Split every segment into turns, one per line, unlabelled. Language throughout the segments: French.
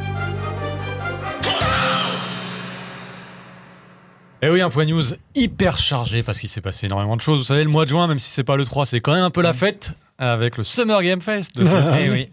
Et Eh oui, un point news hyper chargé parce qu'il s'est passé énormément de choses. Vous savez, le mois de juin, même si c'est pas le 3, c'est quand même un peu
Mm.
la fête avec le Summer Game Fest. de Tokyo.
Eh oui.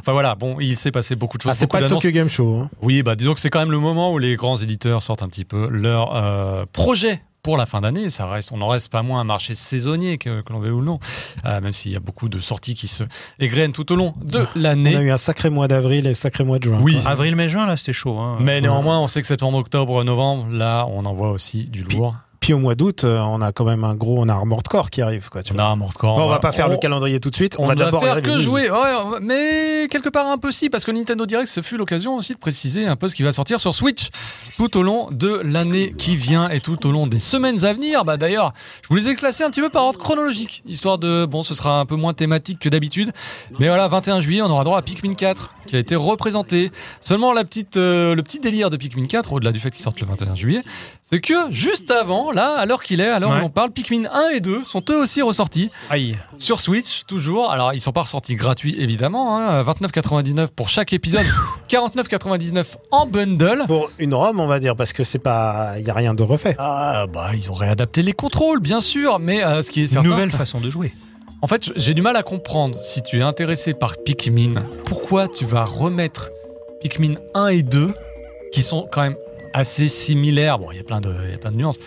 Enfin voilà, bon, il s'est passé beaucoup de choses.
Ah, c'est
beaucoup
pas le
d'annonces.
Tokyo Game Show. hein.
Oui, bah disons que c'est quand même le moment où les grands éditeurs sortent un petit peu leur euh, projet pour la fin d'année. Ça reste, on n'en reste pas moins un marché saisonnier que, que l'on veut ou non, Euh, même s'il y a beaucoup de sorties qui se égrènent tout au long de
Ah, On a
l'année.
eu un Ah, sacré mois d'avril et un sacré mois de juin.
Oui.
quoi.
Avril, mai, juin, là, c'était chaud. hein.
Mais néanmoins, on sait que septembre, octobre, novembre, là, on en voit aussi du lourd.
Puis au mois d'août, euh, on a quand même un gros, on a un mort-corps qui arrive. Quoi, tu
On
vois.
a un mort-corps.
Bon, on va pas faire
On-
le calendrier tout de suite.
On,
va
ne va
d'abord
faire
regarder les
que
news.
jouer, Ouais, on- mais quelque part un peu si, parce que Nintendo Direct, ce fut l'occasion aussi de préciser un peu ce qui va sortir sur Switch tout au long de l'année qui vient et tout au long des semaines à venir. Bah d'ailleurs, je vous les ai classés un petit peu par ordre chronologique, histoire de, bon, ce sera un peu moins thématique que d'habitude, mais voilà, 21 juillet, on aura droit à Pikmin 4, qui a été représenté. Seulement la petite, euh, le petit délire de Pikmin 4, au-delà du fait qu'il sorte le 21 juillet, c'est que juste avant, là, à l'heure qu'il est, à l'heure
Ouais.
où on parle, Pikmin 1 et 2 sont eux aussi ressortis.
Aïe.
Sur Switch, toujours. Alors, ils sont pas ressortis gratuits, évidemment. hein. 29,99 pour chaque épisode. 49,99 en bundle.
Pour une Rome, on va dire, parce que c'est pas, il y a rien de refait.
Ah, bah, ils ont réadapté les contrôles, bien sûr. Mais euh, ce qui est certain.
Nouvelle façon de jouer.
En fait, j'ai du mal à comprendre, si tu es intéressé par Pikmin, pourquoi tu vas remettre Pikmin 1 et 2, qui sont quand même assez similaires. Bon, il y a plein de, il y a plein de nuances.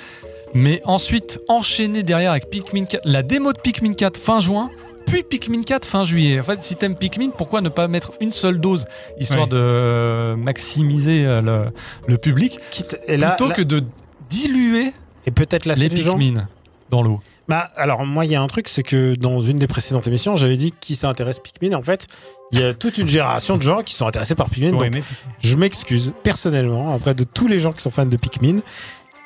Mais ensuite, enchaîner derrière avec Pikmin 4, la démo de Pikmin 4 fin juin, puis Pikmin 4 fin juillet. En fait, si t'aimes Pikmin, pourquoi ne pas mettre une seule dose, histoire
Ouais.
de maximiser euh, le, le public,
Quitte- et là,
plutôt
là-
que de diluer
et peut-être la
les
gens.
Pikmin dans l'eau.
Bah, alors moi, il y a un truc, c'est que dans une des précédentes émissions, j'avais dit qui s'intéresse Pikmin. En fait, il y a toute une génération de gens qui sont intéressés par Pikmin.
Pour
donc
aimer.
je m'excuse personnellement auprès de tous les gens qui sont fans de Pikmin.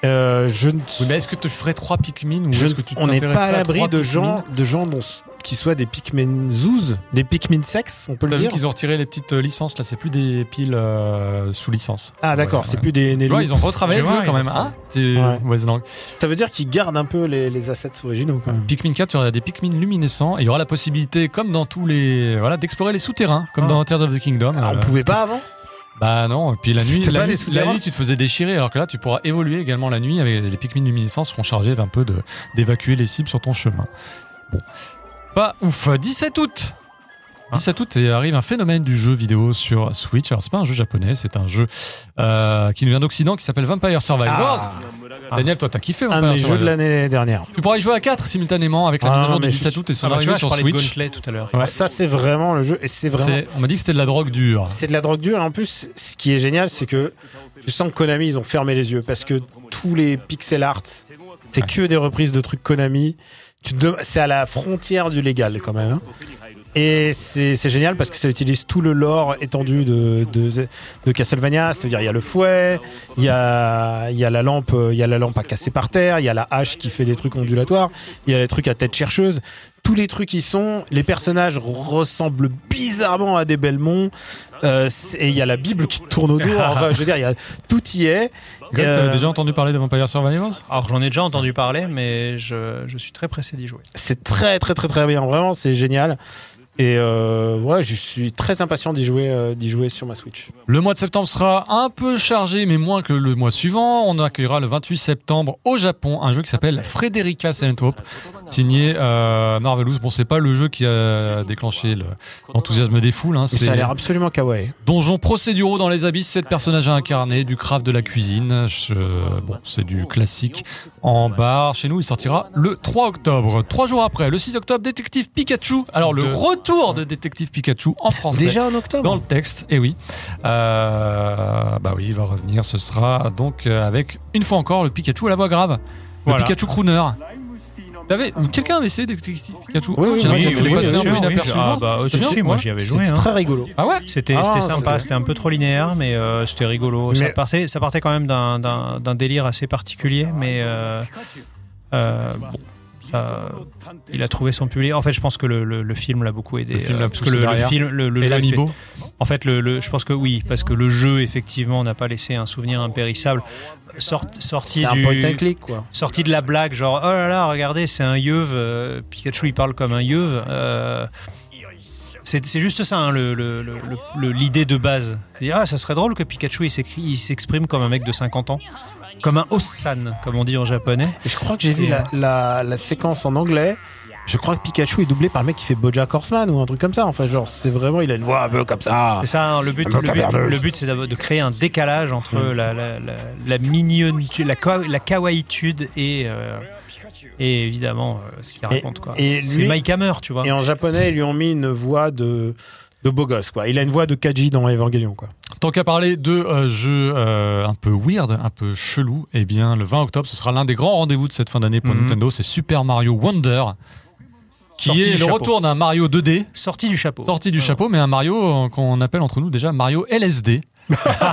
Euh, je ne
Oui, mais est-ce que tu ferais trois Pikmin ou
Je-
est-ce que tu
on n'est pas
t'intéresserais
à l'abri
trois
de
Pikmin
gens, de gens dont s- qui soient des Pikmin zouz, des Pikmin sexe, on peut le
T'as vu
dire.
qu'ils ont retiré les petites euh, licences là, c'est plus des piles euh, sous licence.
Ah d'accord,
Ouais,
c'est
ouais.
plus des, des
Tu vois,
loups.
ils ont retravaillé
Je
le
vois,
jeu quand
ils ont
même. Hein
retravaillé.
T'es
Ouais.
mauvaise langue.
Ça veut dire qu'ils gardent un peu les, les assets originaux quand même.
Pikmin 4, tu auras des Pikmin luminescents et il y aura la possibilité, comme dans tous les. Voilà, d'explorer les souterrains, comme
Ah.
dans Tears of the Kingdom.
Ah,
Euh,
on pouvait pas avant
Bah non, et puis la nuit,
C'était
la,
pas des
nuit,
souterrains
la nuit, tu te faisais déchirer, alors que là, tu pourras évoluer également la nuit. Avec les Pikmin luminescents seront chargés d'un peu de- d'évacuer les cibles sur ton chemin. Bon, pas ouf. 17 août.
Ah.
17 août, et arrive un phénomène du jeu vidéo sur Switch. Alors c'est pas un jeu japonais, c'est un jeu euh, qui nous vient d'Occident, qui s'appelle Vampire Survivors. Daniel, toi, t'as kiffé
Ah. Un
Vampire
de mes jeux de
Survivors.
l'année dernière.
Tu pourras y jouer à 4 simultanément avec la
Ah,
mise à jour
mais
du
je-
17 août et son
Ah bah, tu
arrivée
vois, je
sur
parlais de
Switch.
Gauntlet tout à l'heure.
Ah, Ça c'est vraiment le jeu et c'est vraiment
C'est- On m'a dit que c'était de la drogue dure.
c'est de la drogue dure. En plus, ce qui est génial, c'est que tu sens que Konami ils ont fermé les yeux parce que tous les pixel art, c'est
Ouais.
que des reprises de trucs Konami. Tu te dem- C'est à la frontière du légal quand même. hein. Et c'est c'est génial parce que ça utilise tout le lore étendu de, de, de Castlevania, c'est-à-dire il y a le fouet, il y a, il y a la lampe, euh, il y a la lampe à casser par terre, il y a la hache qui fait des trucs ondulatoires, il y a les trucs à tête chercheuse, tous les trucs y sont, les personnages ressemblent bizarrement à des Belmonts, euh, c'est- et il y a la Bible qui tourne autour, enfin je veux dire, il y a, tout y est.
Greg,
Euh,
t'avais déjà entendu parler de Vampire Survivors
Alors, j'en ai déjà entendu parler, mais je, je suis très pressé d'y jouer.
C'est très très très très bien, vraiment c'est génial. Et euh, ouais, je suis très impatient d'y jouer, euh, d'y jouer sur ma Switch.
Le mois de septembre sera un peu chargé, mais moins que le mois suivant. On accueillera le 28 septembre au Japon un jeu qui s'appelle Frederica Silent Hope, signé euh, Marvelous. Bon, c'est pas le jeu qui a déclenché le- l'enthousiasme des foules. hein.
Mais Ça a
C'est
l'air absolument kawaii.
donjons procéduraux dans les abysses, sept personnages à incarner, du craft de la cuisine. Je- bon, c'est du classique en bar. Chez nous, il sortira le 3 octobre. Trois jours après, le 6 octobre, Détective Pikachu. Alors, le
Deux.
retour de Détective Pikachu en français
Déjà en
dans
octobre
le texte, et oui. Euh, bah oui, il va revenir. Ce sera donc euh, avec, une fois encore, le Pikachu à la voix grave. Le
Voilà.
Pikachu crooner. T'avais- Quelqu'un avait essayé Détective Pikachu Ah,
Oui, oui,
J'ai
oui,
l'impression
oui,
qu'il est
oui,
passé
bien
un peu
sûr,
inaperçu.
Ah, bah,
C'est
si,
bien,
si, moi, j'y avais
C'est
joué. hein.
très rigolo.
Ah ouais
C'était
Ah,
c'était
c'est-
sympa, c'était un peu trop linéaire, mais euh, c'était rigolo. Ça,
Mais-
partait, ça partait quand même d'un- d'un d'un délire assez particulier, mais euh, euh, bon, ça- il a trouvé son public. En fait, je pense que le, le- le film l'a beaucoup aidé.
Le film l'a
euh, parce que
poussé
le, le
derrière.
film, le, le
Et
jeu est fait-
l'amiibo
En fait, le, le- je pense que oui, parce que le jeu, effectivement, n'a pas laissé un souvenir impérissable. Sort- sorti
C'est un
du,
point and click, quoi.
sorti de la blague, genre oh là là, regardez, c'est un yeuve, euh, Pikachu il parle comme un yeuve. euh, C'est c'est juste ça, hein, le- le- le- le- le- l'idée de base. C'est-à-dire, Ah, ça serait drôle que Pikachu il s'écrit- il s'exprime comme un mec de 50 ans, comme un Ossan, comme on dit en japonais.
Et je crois que j'ai vu la, la- la séquence en anglais. Je crois que Pikachu est doublé par le mec qui fait Bojack Horseman ou un truc comme ça. Enfin, genre, c'est vraiment, il a une voix un peu comme ça.
C'est ça, hein, le but, le
Bloc à
but,
perdeuse.
le but, c'est d'avoir- de créer un décalage entre
Mm.
la, la, la, la mignonitude, la, kawa- la kawaitude et, euh, et évidemment euh, ce qu'il raconte. quoi.
et
C'est
lui-
Mike Hammer, tu vois.
Et en japonais, ils lui ont mis une voix de, de beau gosse, quoi. Il a une voix de Kaji dans Evangelion, quoi.
Tant qu'à parler de euh, jeux euh, un peu weird, un peu chelou, eh bien le 20 octobre, ce sera l'un des grands rendez-vous de cette fin d'année pour
Mhm.
Nintendo, c'est Super Mario Wonder, qui
Sorti
est
du
le
chapeau.
retour d'un Mario 2D.
Sorti du chapeau.
Sorti du
Voilà.
chapeau, mais un Mario euh, qu'on appelle entre nous déjà Mario LSD.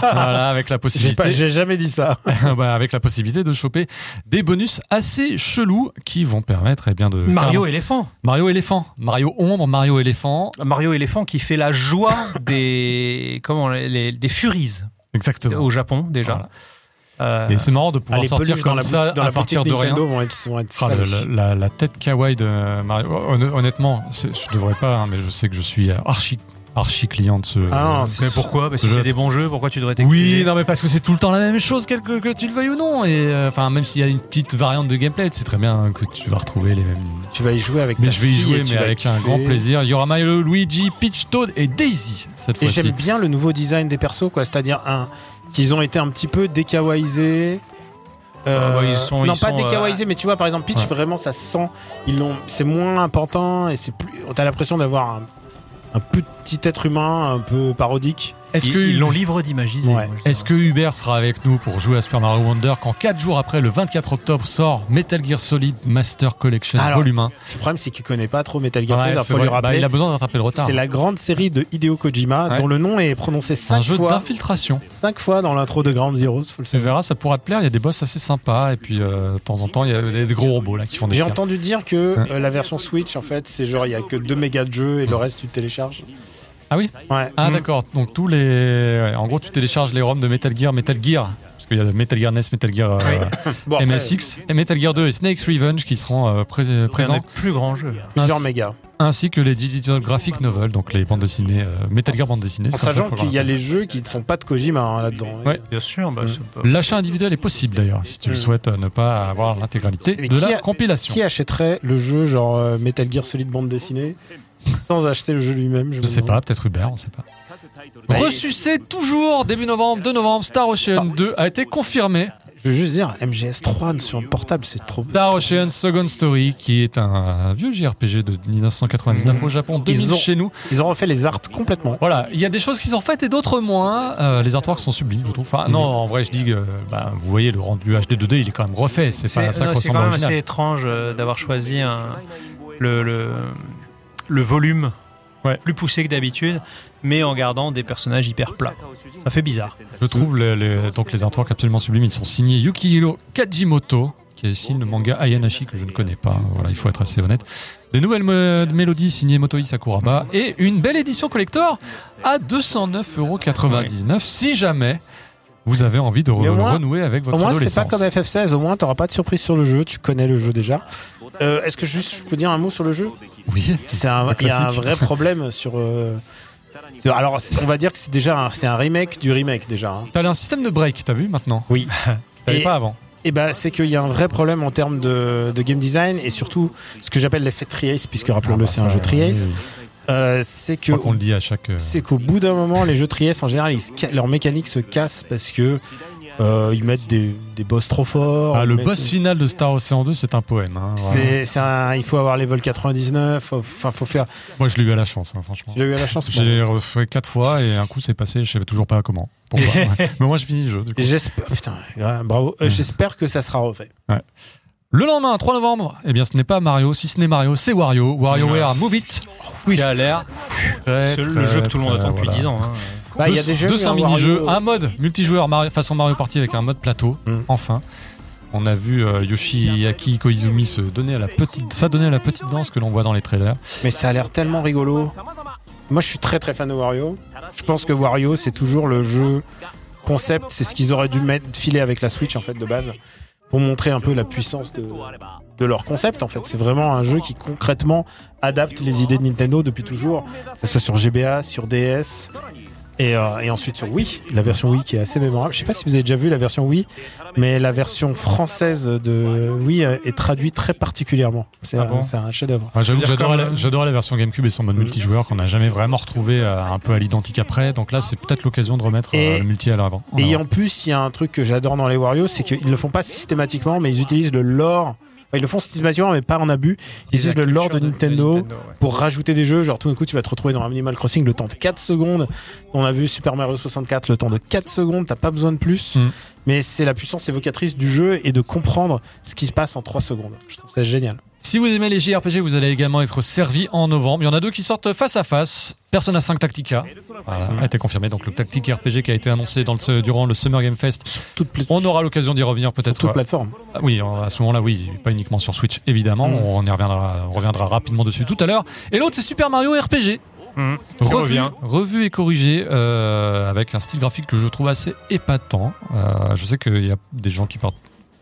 voilà, avec la
J'ai
possibilité.
pas- j'ai jamais dit ça.
bah, avec la possibilité de choper des bonus assez chelous qui vont permettre eh bien, de.
Mario éléphant.
Mario éléphant. Mario ombre, Mario éléphant.
Mario éléphant qui fait la joie des comment les, des furies
Exactement.
au Japon déjà. Euh,
Et c'est marrant de pouvoir
les
sortir
peluches dans
comme
la,
ça
boutique- dans la
à partir de
boutique
rien.
Nintendo vont être, vont être
Ah, le-
sales.
le- la, la tête kawaii de Mario. Hon- Honnêtement, c'est- je devrais pas, hein, mais je sais que je suis euh, archi, archi client de ce.
Ah non, c'est-
mais pourquoi Parce que
Je-
c'est des bons jeux. Pourquoi tu devrais
oui,
t'excuser
non, mais parce que c'est tout le temps la même chose, quel que, que tu le veuilles ou non. Et euh, enfin, même s'il y a une petite variante de gameplay, c'est très bien que tu vas retrouver les mêmes.
Tu vas y jouer avec
Mais
ta
je vais y
fille et
jouer,
tu
mais
vas
avec un
kiffer.
grand plaisir. Il y aura Mario, Luigi, Peach, Toad et Daisy cette
Et
fois-ci.
j'aime bien le nouveau design des persos, quoi. C'est-à-dire, un, qu'ils ont été un petit peu dékawaisés. Euh,
Ah bah, ils sont-
non,
ils
pas
sont,
dékawaisés, mais tu vois, par exemple, Peach,
Ouais.
vraiment, ça se sent. Ils l'ont, c'est moins important et c'est plus. T'as l'impression d'avoir un, un petit être humain un peu parodique.
Est-ce
Ils-
que
ils l'ont livre d'imagisé
Ouais.
moi, je
Est-ce
dirais.
que Hubert sera avec nous pour jouer à Super Mario Wonder quand 4 jours après, le 24 octobre, sort Metal Gear Solid Master Collection
Alors,
Volume 1
Le problème, c'est qu'il connaît pas trop Metal Gear
Ouais,
Solid. alors
c'est
faut lui
vrai. Bah,
rappeler.
Il a besoin d'attraper le retard.
c'est la grande série de Hideo Kojima
Ouais.
dont le nom est prononcé
un
5
jeu
fois,
d'infiltration.
cinq fois dans l'intro de Ground Zeroes. Faut le
Tu
savoir.
verras, ça pourra te plaire. Il y a des boss assez sympas. Et puis, euh, de temps en temps, il y a des, des gros robots là qui font des
J'ai
tirs.
entendu dire que
Ouais.
euh, la version Switch, en fait, c'est genre il y a que 2 mégas de jeu et le reste tu télécharges.
Ah oui
Ouais.
Ah,
Mm.
d'accord. Donc, tous les. ouais, en gros, tu télécharges les ROM de Metal Gear, Metal Gear. Parce qu'il y a Metal Gear NES, Metal Gear euh,
Bon, après,
MSX, et Metal Gear 2 et Snake's Revenge qui seront euh, pré-
C'est un
présents.
des plus grands jeux
plusieurs
Ainsi-
mégas.
ainsi que les digital graphic novels, donc les bandes dessinées, euh, Metal Gear bandes dessinées.
En
c'est un
sachant
peu
qu'il y a
programmé.
les jeux qui ne sont pas de Kojima hein, là-dedans.
Ouais.
Bien sûr, bah,
Mm.
c'est pas-
L'achat individuel est possible d'ailleurs, si tu le
Mm.
souhaites euh, ne pas avoir l'intégralité
Mais
de
qui
la
a-
compilation.
Qui achèterait le jeu genre euh, Metal Gear Solid bande dessinée sans acheter le jeu lui-même
Je sais pas, peut-être Hubert, on sait pas.
Bah,
Ressucé toujours début novembre, 2 novembre, Star Ocean 2 a été confirmé.
Je veux juste dire, MGS3 sur le portable, c'est trop.
Star Ocean Second Story, qui est un vieux JRPG de
Mmh.
1999 au Japon, 2000
Ils ont-
chez nous.
Ils ont refait les arts complètement.
Voilà, il y a des choses qui sont faites et d'autres moins. Euh, les artworks sont sublimes, je trouve.
Mmh.
Enfin, non, en vrai, je dis que euh, bah, vous voyez le rendu HD 2D, il est quand même refait. C'est
C'est
pas à ça
non,
que
c'est
ressemble
quand même
l'original.
assez étrange euh, d'avoir choisi un- le, le, le volume
Ouais.
plus poussé que d'habitude, mais en gardant des personnages hyper plats. Ça fait bizarre.
Je trouve les, les- donc les artworks absolument sublimes. Ils sont signés Yukihiro Kajimoto, qui est signe le manga Ayanashi que je ne connais pas. Voilà, il faut être assez honnête. Des nouvelles mo- mélodies signées Motoi Sakuraba et une belle édition collector Ah, à 209,99€ si jamais vous avez envie de re-
Mais au moins-
renouer avec votre
Au moins, c'est
adolescence.
pas comme FF16. Au moins, t'auras pas de surprise sur le jeu. Tu connais le jeu déjà. Euh, Est-ce que juste je peux dire un mot sur le jeu
Oui.
C'est un-
Le
Il y a un
classique.
vrai problème sur. euh, sur- Alors, c'est- on va dire que c'est déjà un, c'est un remake du remake déjà. hein.
T'as un système de break, t'as vu maintenant
Oui.
T'avais
Et-
pas avant.
Et ben, c'est qu'il y a un vrai problème en termes de, de game design et surtout ce que j'appelle l'effet Triace, puisque rappelons-le, c'est un jeu
Ah,
Triace.
bah Oui, oui.
Euh, c'est que
Je crois qu'on le dit à chaque. euh,
c'est qu'au bout d'un moment, les jeux Trieste, en général, ils se ca- leur mécanique se casse parce que euh, ils mettent des, des boss trop forts.
Ah, le
ils mettent-
boss final de Star Ocean 2, c'est un poème. hein, voilà.
C'est, c'est un- il faut avoir level 99. faut- Enfin, faut faire.
Moi, je l'ai eu à la chance, hein, franchement.
J'ai eu la chance. moi.
J'ai refait quatre fois et un coup c'est passé, je savais toujours pas comment. Pourquoi Ouais. Mais moi je finis le jeu. du coup.
J'espère. Putain, ouais, bravo. Euh,
Mm.
J'espère que ça sera refait.
Le lendemain, 3 novembre, eh bien ce n'est pas Mario, si ce n'est Mario, c'est Wario. WarioWare Move It. Qui a l'air. très,
C'est le
très,
jeu que tout le monde
très,
attend depuis
voilà.
10 ans. hein.
Bah, il y a
Deux-
des jeux.
200
il y a un
mini-jeux, hein.
Wario-
un mode multijoueur Mario- façon Mario Party avec un mode plateau,
Mm.
enfin. On a vu euh, Yoshiaki Koizumi se donner à la petite, ça donner à la petite danse que l'on voit dans les trailers.
Mais ça a l'air tellement rigolo. Moi, je suis très très fan de Wario. Je pense que Wario, c'est toujours le jeu concept. C'est ce qu'ils auraient dû mettre, filer avec la Switch en fait de base. pour montrer un peu la puissance de, de leur concept. En fait, c'est vraiment un jeu qui concrètement adapte les idées de Nintendo depuis toujours, que ce soit sur GBA, sur DS. Et, euh, et ensuite sur Wii, la version Wii qui est assez mémorable. Je sais pas si vous avez déjà vu la version Wii, mais la version française de Wii euh, est traduite très particulièrement. C'est
Ah
un-
bon
c'est un chef-d'œuvre.
Moi, J'avoue que
C'est-à-dire
j'adorais
comme
la, j'adorais la version GameCube et son
Mm.
mode multijoueur qu'on n'a jamais vraiment retrouvé euh, un peu à l'identique après. Donc là, c'est peut-être l'occasion de remettre euh,
Et-
le multi à l'avant. en
Et
avant.
en plus, il y a un truc que j'adore dans les Wario, c'est qu'ils le font pas systématiquement, mais ils utilisent le lore. Enfin, ils le font systématiquement, mais pas en abus. Ils
C'est
utilisent
la
le lore de
culture
Nintendo,
ouais.
pour rajouter des jeux. Genre, tout d'un coup, tu vas te retrouver dans Animal Crossing le temps de 4 secondes. On a vu Super Mario 64 le temps de 4 secondes. T'as pas besoin de plus.
Mm.
Mais c'est la puissance évocatrice du jeu et de comprendre ce qui se passe en 3 secondes. Je trouve ça génial.
Si vous aimez les JRPG, vous allez également être servi en novembre. Il y en a deux qui sortent face à face. Persona 5 Tactica voilà,
Mm.
a été confirmé. Donc le Tactic RPG qui a été annoncé dans le- durant le Summer Game Fest.
Sur toute, pla-
On aura l'occasion d'y revenir
sur toute
peut-être.
plateforme.
Ah Oui, en- à ce moment-là, oui, pas uniquement sur Switch, évidemment.
Mm.
On y reviendra, on reviendra rapidement dessus tout à l'heure. Et l'autre, c'est Super Mario RPG.
Mmh. Qui
Revu,
revient.
revu et corrigé euh, avec un style graphique que je trouve assez épatant. Euh, je sais qu'il y a des gens qui par-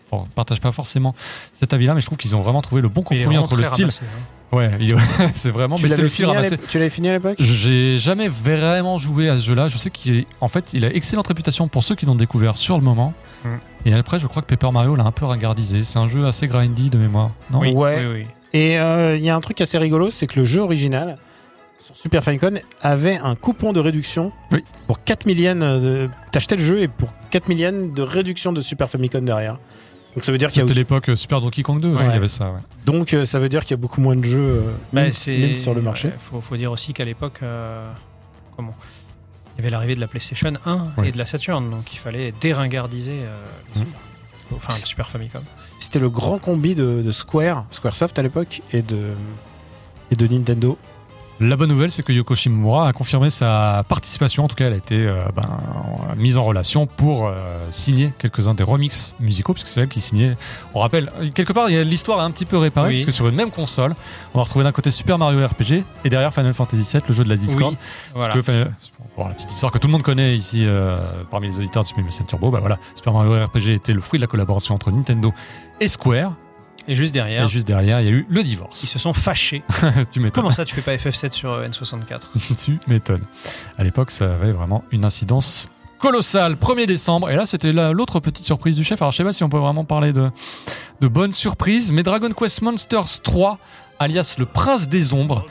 for- partagent pas forcément cet avis-là, mais je trouve qu'ils ont vraiment trouvé le bon
Il
compromis
est vraiment
entre le
très
style.
ramassé, hein.
Ouais, il- c'est vraiment.
Tu
mais c'est
l'avais
le style
fini, à
ramassé.
l'ép- tu l'avais fini à l'époque
J'ai jamais vraiment joué à ce jeu-là. Je sais qu'il est- en fait, il a excellente réputation pour ceux qui l'ont découvert sur le moment.
Mm.
Et après, je crois que Paper Mario l'a un peu ringardisé. C'est un jeu assez grindy de mémoire. Non
Oui,
Ouais.
oui, oui.
Et euh, il y a un truc assez rigolo, c'est que le jeu original sur Super Famicom avait un coupon de réduction
Oui.
pour 4 000 yens. De... T'achetais le jeu et pour 4 000 yens de réduction de Super Famicom derrière. Donc ça veut dire qu'il y
C'était
a aussi...
l'époque euh, Super Donkey Kong 2 aussi,
Ouais.
il y avait ça. ouais.
Donc euh, ça veut dire qu'il y a beaucoup moins de jeux euh,
Bah,
mines-
c'est-
mines sur le marché.
ouais, faut, faut dire aussi qu'à l'époque, euh, comment Il y avait l'arrivée de la PlayStation 1
Ouais.
et de la Saturn, donc il fallait déringardiser euh, le
Mhm.
Super- enfin, le Super Famicom.
C'était le grand combi de, de Square, Squaresoft à l'époque, et de, et de Nintendo.
La bonne nouvelle, c'est que Yoko Shimura a confirmé sa participation. En tout cas, elle a été euh, ben, en- mise en relation pour euh, signer quelques-uns des remixes musicaux, puisque c'est elle qui signait. On rappelle, euh, quelque part, il y a- l'histoire est un petit peu réparée,
Oui.
puisque sur une même console, on va retrouver d'un côté Super Mario RPG et derrière Final Fantasy VII, le jeu de la Discord.
Oui, voilà.
Parce que, enfin, pour la petite histoire que tout le monde connaît ici euh, parmi les auditeurs de Super Mario Turbo, bah voilà, Super Mario RPG était le fruit de la collaboration entre Nintendo et Square.
Et juste derrière,
Et juste derrière, il y a eu le
ils
divorce.
se sont fâchés.
tu m'étonnes.
Comment ça, tu fais pas FF7 sur euh, N64
tu m'étonnes. À l'époque, ça avait vraiment une incidence colossale. 1er décembre, et là, c'était la- l'autre petite surprise du chef. Alors, je sais pas si on peut vraiment parler de, de bonnes surprises, mais Dragon Quest Monsters 3, alias le prince des ombres,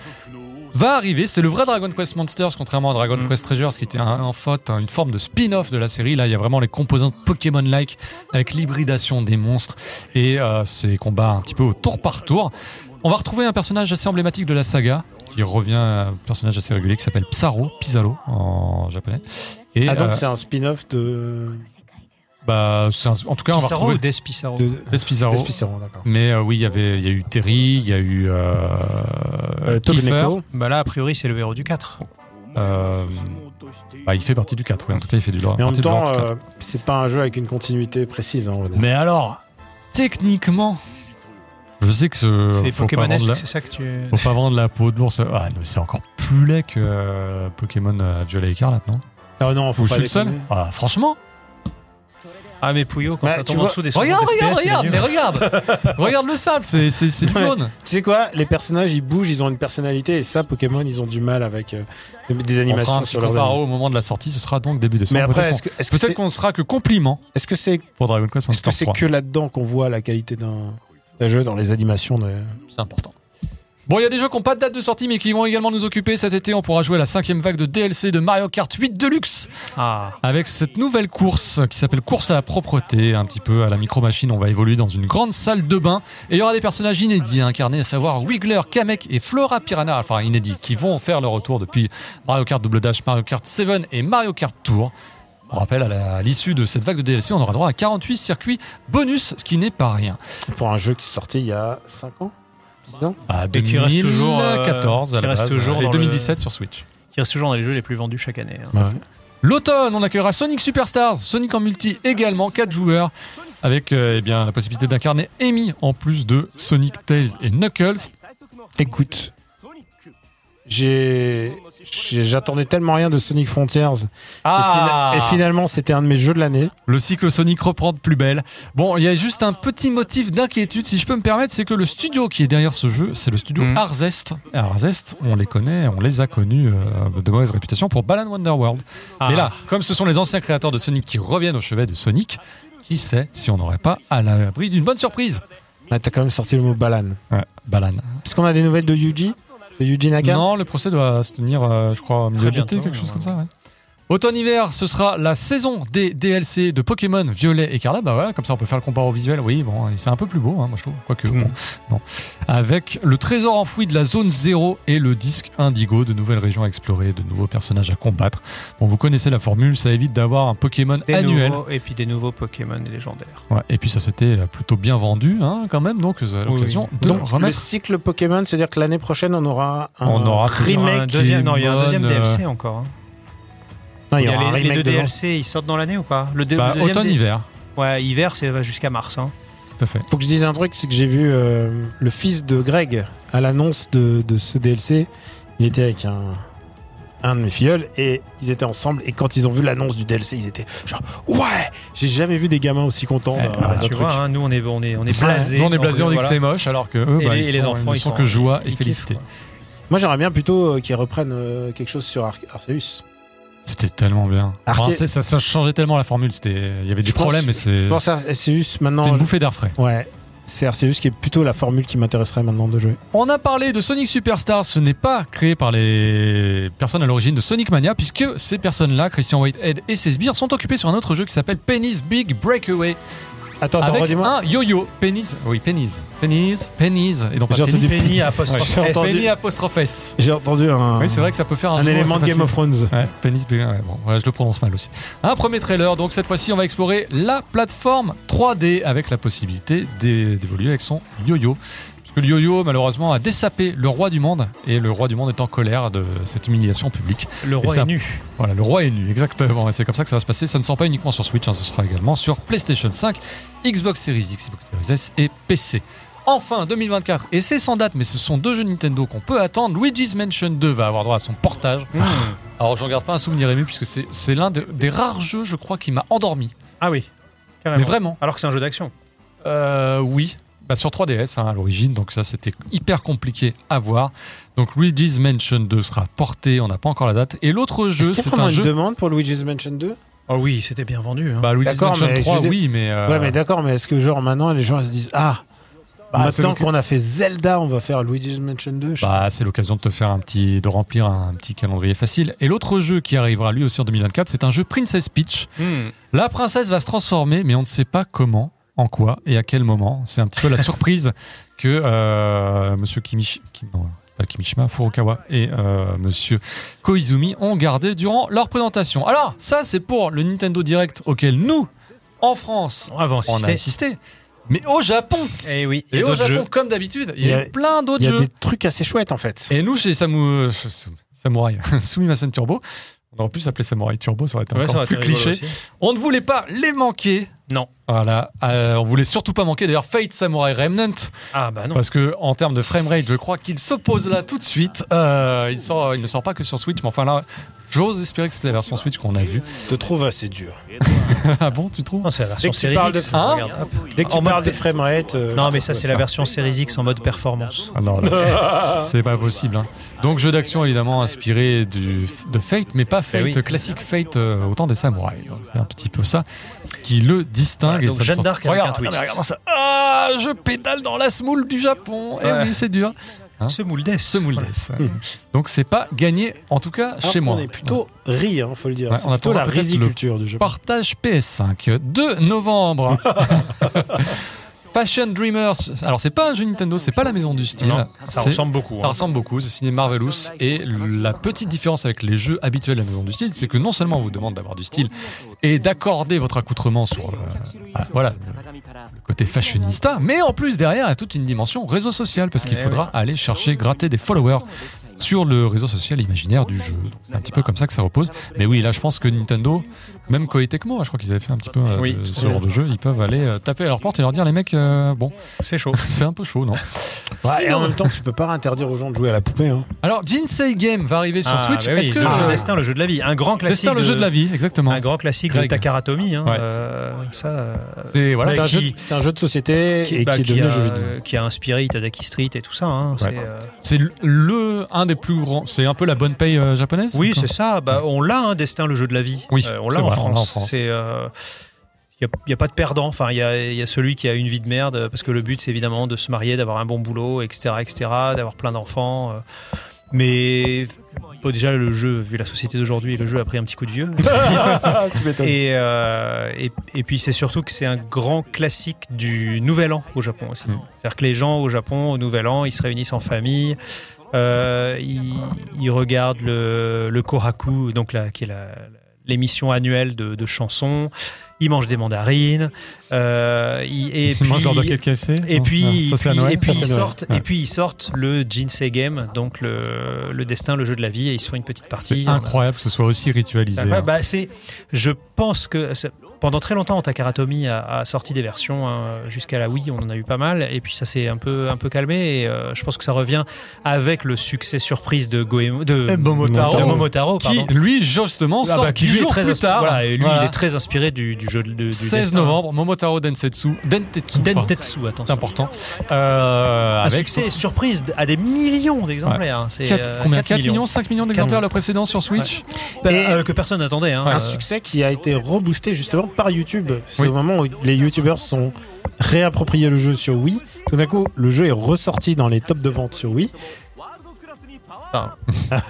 va arriver. C'est le vrai Dragon Quest Monsters, contrairement à Dragon
Mm.
Quest Treasures, qui était un- en fait un- une forme de spin-off de la série. Là, il y a vraiment les composantes Pokémon-like avec l'hybridation des monstres et euh, ces combats un petit peu au tour par tour. On va retrouver un personnage assez emblématique de la saga qui revient, euh, un personnage assez régulier qui s'appelle Psaro, Pizarro en japonais. Et,
ah donc
euh,
c'est un spin-off de...
bah, c'est un- en tout cas, on va
Pissarro
retrouver
ou Death Pissarro
de...
Death Pizarro.
d'Espicero, d'accord.
Mais euh, oui, il y avait, il y a eu Terry, il y a eu euh,
Euh,
Kiefer.
Tobineko.
Bah là, a priori, c'est le héros du 4.
Euh, bah, il fait partie du 4, oui, en tout cas, il fait du lore.
Mais en
partie
même
du lore,
temps,
en tout cas.
euh, c'est pas un jeu avec une continuité précise. hein, on va dire.
Mais alors, techniquement, je sais que ce.
C'est
faut pas vendre
Pokémonesque,
la-
c'est ça que tu.
Faut pas vendre la peau de l'ours. Ah, mais c'est encore plus laid que euh, Pokémon euh, Violet et Écarlate, non
Ah non, faut
Ou je
pas
suis le seul
déconner.
Ah, Franchement
Ah, mais Pouillot, quand
Bah,
ça
tu
tombe en
vois-
dessous des 60
Regarde, regarde,
FPS, il est
regarde,
dur.
mais regarde Regarde le sable, c'est c'est- c'est du
Ouais.
jaune
Tu sais quoi Les personnages, ils bougent, ils ont une personnalité, et ça, Pokémon, ils ont du mal avec euh, des
On fera un
animations
petit
sur leurs
comparo
animaux.
au moment de la sortie, ce sera donc début décembre.
Mais après,
Peut-être
est-ce que est-ce que
qu'on-
c'est
peut-être qu'on sera que compliment
est-ce que c'est
pour Dragon Quest
est-ce que
Monsters
c'est
3.
que là-dedans qu'on voit la qualité d'un d'un jeu dans les animations de...
C'est important. Bon, il y a des jeux qui n'ont pas de date de sortie, mais qui vont également nous occuper cet été. On pourra jouer à la cinquième vague de DLC de Mario Kart 8 Deluxe
Ah,
avec cette nouvelle course qui s'appelle Course à la propreté, un petit peu à la micro-machine. On va évoluer dans une grande salle de bain et il y aura des personnages inédits à incarner, à savoir Wiggler, Kamek et Flora Piranha, enfin inédits, qui vont faire leur retour depuis Mario Kart Double Dash, Mario Kart 7 et Mario Kart Tour. On rappelle, à la- à l'issue de cette vague de DLC, on aura droit à 48 circuits bonus, ce qui n'est pas rien.
pour un jeu qui est sorti il y a 5 ans 10 ans
À
Et qui reste toujours, euh,
2014 à
qui
la
reste
base,
toujours
et
dans
2017
le-
sur Switch.
qui reste toujours dans les jeux les plus vendus chaque année. hein.
L'automne, on accueillera Sonic Superstars, Sonic en multi également, 4 joueurs, avec euh, eh bien, la possibilité d'incarner Amy en plus de Sonic Tails et Knuckles.
Écoute, j'ai j'ai- j'attendais tellement rien de Sonic Frontiers Et
Ah
fina- et, finalement c'était un de mes jeux de l'année.
Le cycle Sonic reprend de plus belle. Bon, il y a juste un petit motif d'inquiétude, si je peux me permettre, c'est que le studio qui est derrière ce jeu, c'est le studio
Mm.
Arzest. Arzest, on les connaît, on les a connus euh, de mauvaise réputation pour Balan Wonderworld.
Ah.
Mais là, comme ce sont les anciens créateurs de Sonic qui reviennent au chevet de Sonic, qui sait si on n'aurait pas à l'abri d'une bonne surprise
Là, Ah, t'as quand même sorti le mot Balan.
Ouais, Balan.
Est-ce qu'on a des nouvelles de Yuji De Yuji Naka
Non, le procès doit se tenir, euh, je crois, au milieu
Très
de l'été,
bientôt,
quelque chose
ouais.
comme ça. ouais. Automne-hiver, ce sera la saison des DLC de Pokémon Violet et Carla. Bah voilà, comme ça on peut faire le comparo visuel. Oui, bon, et c'est un peu plus beau, hein, moi je trouve. Quoique,
Mm.
bon, non. Avec le trésor enfoui de la zone 0 et le disque Indigo, de nouvelles régions à explorer, de nouveaux personnages à combattre. Bon, vous connaissez la formule, ça évite d'avoir un Pokémon
Des
annuel.
nouveaux- et puis des nouveaux Pokémon légendaires.
Ouais, et puis ça c'était euh, plutôt bien vendu, hein, quand même. Donc, vous avez
Oui,
l'occasion
oui.
de
Donc le
remettre.
cycle Pokémon, c'est-à-dire que l'année prochaine on aura un
On aura
Il y aura
remake.
un deuxième, non, il y a un deuxième
Pokémon, euh, Ah,
DLC encore. hein.
Non, il
Il
y
y a
aura un
les- les,
remake
deux
devant.
DLC, ils sortent dans l'année ou pas le, dé-
Bah,
le deuxième dé-
Automne-hiver,
Ouais, hiver, c'est va jusqu'à mars. hein.
tout à fait.
Faut que je dise un truc, c'est que j'ai vu euh, le fils de Greg à l'annonce de, de ce DLC. Il était avec un, un de mes filleuls et ils étaient ensemble. Et quand ils ont vu l'annonce du DLC, ils étaient genre ouais, j'ai jamais vu des gamins aussi contents.
Ouais,
d'un-
bah,
d'un
tu
truc.
vois, hein, nous on est, on est, on est blasés. euh,
Nous, on est blasé, on dit que
voilà.
c'est moche, alors que eux,
Et
bah,
les-
ils
et les
sont-
enfants,
ne
ils
sont
sont-
que joie et
ils kiffent,
félicité.
quoi.
Moi, j'aimerais bien plutôt euh, qu'ils reprennent euh, quelque chose sur Ar- Arceus.
C'était tellement bien.
Arte-
Enfin, c'est- ça, ça changeait tellement la formule. C'était, il y avait des
Je pense-
problèmes, mais c'est
Je pense à Arceus
Euh, c'est
maintenant.
une bouffée d'air frais.
Ouais, c'est Arceus qui est plutôt la formule qui m'intéresserait maintenant de jouer.
On a parlé de Sonic Superstar. Ce n'est pas créé par les personnes à l'origine de Sonic Mania, puisque ces personnes-là, Christian Whitehead et ses sbires, sont occupés sur un autre jeu qui s'appelle Penny's Big Breakaway,
Attends, attends,
avec
redis-moi.
un yo-yo. Penny's, oui, Penny's, Penny's, Penny's, et non pas
J'ai
Penny's.
entendu
Penny apostrophe
Ouais, j'ai
S.
entendu-
Penny apostrophe S.
J'ai entendu un,
Oui, c'est vrai que ça peut faire un,
un
jeu de mots,
élément
c'est
de Game
facile.
of Thrones.
Ouais, pénis bulgaire, ouais, bon, ouais, je le prononce mal aussi. Un premier trailer, donc cette fois-ci, on va explorer la plateforme 3D avec la possibilité d'é- d'évoluer avec son yo-yo. Parce que le yo-yo, malheureusement, a dessapé le roi du monde et le roi du monde est en colère de cette humiliation publique.
Le
Et
roi
ça-
est nu.
Voilà, le roi est nu, exactement. Et c'est comme ça que ça va se passer. Ça ne sort pas uniquement sur Switch, hein, ce sera également sur PlayStation 5, Xbox Series X, Xbox Series S et PC. Enfin, 2024, et c'est sans date, mais ce sont deux jeux Nintendo qu'on peut attendre. Luigi's Mansion 2 va avoir droit à son portage. Alors je regarde pas un souvenir ému puisque c'est c'est l'un de- des rares jeux je crois qui m'a endormi.
Ah oui, carrément.
Mais vraiment
Alors que c'est un jeu d'action.
Euh, Oui. Bah, sur 3DS hein, à l'origine, donc ça c'était hyper compliqué à voir. Donc Luigi's Mansion 2 sera porté, on n'a pas encore la date. Et l'autre jeu,
Est-ce qu'il y a
c'est
vraiment
un
une
jeu.
demande pour Luigi's Mansion 2
Oh oui, c'était bien vendu. hein.
Bah, Luigi's
D'accord,
Mansion
mais
3,
je dis-
oui, mais. euh,
Ouais, mais d'accord, mais est-ce que genre maintenant les gens ils se disent Ah,
Bah, c'est
maintenant
l'occasion-
qu'on a fait Zelda, on va faire Luigi's Mansion 2 je-
Bah, c'est l'occasion de te faire un petit, de remplir un petit calendrier facile. Et l'autre jeu qui arrivera lui aussi en 2024, c'est un jeu Princess Peach.
Hmm.
La princesse va se transformer, mais on ne sait pas comment, en quoi et à quel moment. C'est un petit peu la surprise que euh, Monsieur Kimish, Kim- non, pas Kimishima, Furukawa et euh, Monsieur Koizumi ont gardé durant leur présentation. Alors, ça, c'est pour le Nintendo Direct auquel nous, en France,
On va
on a
insister.
assisté. Mais au Japon,
Eh oui, il
et
y a
au
d'autres
Japon,
jeux.
comme d'habitude, il y a eu plein d'autres
Il y a
jeux.
des trucs assez chouettes en fait.
Et nous, chez Samu, Samurai, Sumimasen Turbo, on aurait pu s'appeler Samurai Turbo, ça aurait été
Ouais, ça
encore
aurait été
plus
rigolo
cliché.
aussi.
On ne voulait pas les manquer.
Non.
Voilà, euh, on voulait surtout pas manquer d'ailleurs Fate Samurai Remnant
Ah bah non.
parce que en termes de framerate, je crois qu'il s'oppose là tout de suite. Euh, il, sort, il ne sort pas que sur Switch, mais enfin là, j'ose espérer que c'était la version Switch qu'on a vue.
Je te trouve assez dur.
ah bon, tu trouves
Non, c'est la version
Dès que tu
Series
parles de-
X.
Hein
regarde, hop.
Dès que tu
En mode
parles de
pe-
framerate. euh,
Non,
je
mais
te
ça,
trouve
c'est la version Series X en mode performance.
Ah non, là, c'est c'est pas possible. hein. Donc jeu d'action évidemment inspiré du, de Fate, mais pas Fate
Eh oui.
classique Fate euh, autant des samouraïs. Donc, C'est un petit peu ça qui le distingue.
Voilà,
et
donc,
ça ne
Jeanne
sort-
d'Arc avec
Regarde,
un
non,
twist.
mais regarde ça. Ah, je pédale dans la smoule du Japon. Eh
Ouais.
oui, c'est dur. Hein
Ce moule d'ess.
Ce moule d'ess, ouais. Donc c'est pas gagné, en tout cas
Alors
chez
qu'on
moi.
Ah, est plutôt riz, hein, faut le dire.
Ouais,
c'est
on
plutôt
attendra
la
peut-être le
riziculture du jeu.
Partage PS5, 2 novembre. Passion Dreamers. Alors c'est pas un jeu Nintendo, c'est pas la maison du style.
Non, ça
C'est-
ressemble beaucoup.
Ça
hein.
ressemble beaucoup, c'est signé Marvelous. Et la petite différence avec les jeux habituels à la maison du style, c'est que non seulement on vous demande d'avoir du style et d'accorder votre accoutrement sur euh, ah, voilà, le côté fashionista, mais en plus derrière, il y a toute une dimension réseau social parce qu'il
Eh
faudra aller chercher, gratter des followers sur le réseau social imaginaire du jeu. Donc, C'est un petit peu comme ça que ça repose. Mais oui, là, je pense que Nintendo, même Koei Tecmo, hein, je crois qu'ils avaient fait un petit peu euh,
Oui,
de
tout
ce
à
genre de jeu, ils peuvent aller euh, taper à leur porte et leur dire, les mecs, euh, bon,
C'est chaud.
c'est un peu chaud, non
Ouais, et en même temps, tu peux pas interdire aux gens de jouer à la poupée. Hein.
Alors, Jinsei Game va arriver sur
Ah,
Switch.
bah oui,
Est-ce que
le jeu
je-
Destin, le jeu de la vie. Un grand classique.
Destin, le jeu de la vie, exactement.
Un grand classique
Greg.
de Takaratomi. hein,
Ouais.
euh, ça, euh,
C'est voilà,
Bah,
c'est, un
qui-
jeu, c'est un jeu de société et
bah,
qui est devenu
a,
jeu vidéo.
qui a inspiré Itadaki Street et tout ça. hein, c'est, euh,
c'est le un des plus grands. C'est un peu la bonne paye euh, japonaise.
Oui,
quoi.
c'est ça. Bah, on l'a, un Destin, le jeu de la vie.
Oui,
Euh, on
c'est
l'a en,
vrai, on l'a en
France.
France.
C'est. euh, Il n'y a, pas de perdant. Enfin, il y a, il y a celui qui a une vie de merde, euh, parce que le but, c'est évidemment de se marier, d'avoir un bon boulot, etc., etc., d'avoir plein d'enfants. euh. Mais bon, déjà, le jeu, vu la société d'aujourd'hui, le jeu a pris un petit coup de vieux.
Ah, tu m'étonnes.
et, euh, et, et puis, c'est surtout que c'est un grand classique du Nouvel An au Japon aussi.
Mm.
C'est-à-dire que les gens au Japon, au Nouvel An, ils se réunissent en famille, euh, ils, ils regardent le, le Kohaku, donc la, qui est la- l'émission annuelle de, de chansons. Ils mangent des mandarines. euh, ils- et
Moi, je leur dois
puis,
quel KFC
et
Non,
puis,
ça, c'est à
et puis-
Noël.
et puis
Ça,
ils
c'est à Noël.
sortent,
Ouais.
et puis ils sortent le Jinsei Game, donc le, le destin, le jeu de la vie, et ils se font une petite partie.
C'est incroyable que ce soit aussi
C'est
ritualisé.
incroyable. Bah, c'est, je pense que c'est- pendant très longtemps, Takaratomi a, a sorti des versions hein, jusqu'à la Wii, on en a eu pas mal, et puis ça s'est un peu, un peu calmé. Et euh, je pense que ça revient avec le succès surprise de Goemo, de,
Et Eh, Momotaro.
de Momotaro,
Qui,
pardon.
lui, justement,
Ah
sort
bah, qui
10
lui est
jours
très
plus
inspiré-
tard.
voilà, et lui,
Voilà.
il est très inspiré du, du jeu de, du
16
destin.
novembre, Momotaro Densetsu, Dentetsu, pardon,
Dentetsu,
c'est
attention.
important. Euh,
Un
avec
succès surprise à des millions d'exemplaires. hein. C'est,
quatre-
euh,
combien
quatre
4 millions, 5 millions d'exemplaires le précédent sur Switch.
Bah,
Et-
euh, que personne n'attendait. hein.
Ouais.
Euh,
un succès qui a été reboosté justement par YouTube. C'est
Oui.
au moment où les YouTubers sont réappropriés le jeu sur Wii. Tout d'un coup, le jeu est ressorti dans les tops de vente sur Wii.
Ah.
Pardon.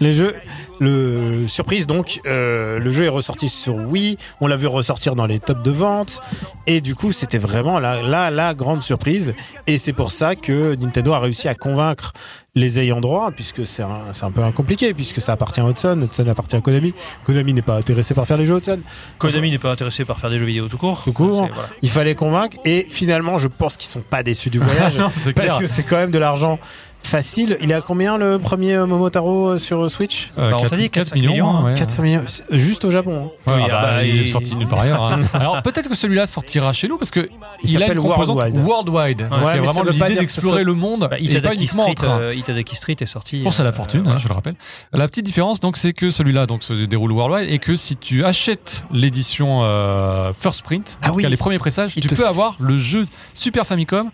Les jeux, le surprise donc, euh, le jeu est ressorti sur Wii. On l'a vu ressortir dans les tops de vente. Et du coup, c'était vraiment la, la, la grande surprise. Et c'est pour ça que Nintendo a réussi à convaincre les ayants droit, puisque c'est un, c'est un peu compliqué, puisque ça appartient à Hudson, Hudson appartient à Konami. Konami n'est pas intéressé par faire les jeux Hudson.
Konami n'est pas intéressé par faire des jeux vidéo tout court.
Tout court.
C'est- voilà.
Il fallait convaincre et finalement je pense qu'ils sont pas déçus du voyage
Non, c'est
parce
clair.
que c'est quand même de l'argent facile. Il est à combien le premier euh, Momotaro euh, sur euh, Switch
Euh,
Bah, on
quatre-
t'a dit
quatre
4 millions,
hein, ouais.
400 millions C'est- juste au Japon. hein.
Ouais,
Oui,
ah bah,
ah bah,
il est
il-
sorti nulle part ailleurs. hein. Alors peut-être que celui-là sortira chez nous parce que il,
Il
a une
s'appelle
composante worldwide.
Worldwide.
Donc, il y a
mais ça
vraiment
veut
l'idée
pas dire que ce
d'explorer
soit-
le monde
Bah,
et pas
Itadaki,
uniquement en
Street,
train.
euh, Itadaki Street est sorti.
Pour ça
euh,
la fortune, hein,
voilà.
je le rappelle. La petite différence, donc, c'est que celui-là donc, se déroule worldwide et que si tu achètes l'édition euh, First Print,
Ah
en tout
oui.
cas, les premiers pressages,
Il
tu
te
peux
f-
avoir le jeu Super Famicom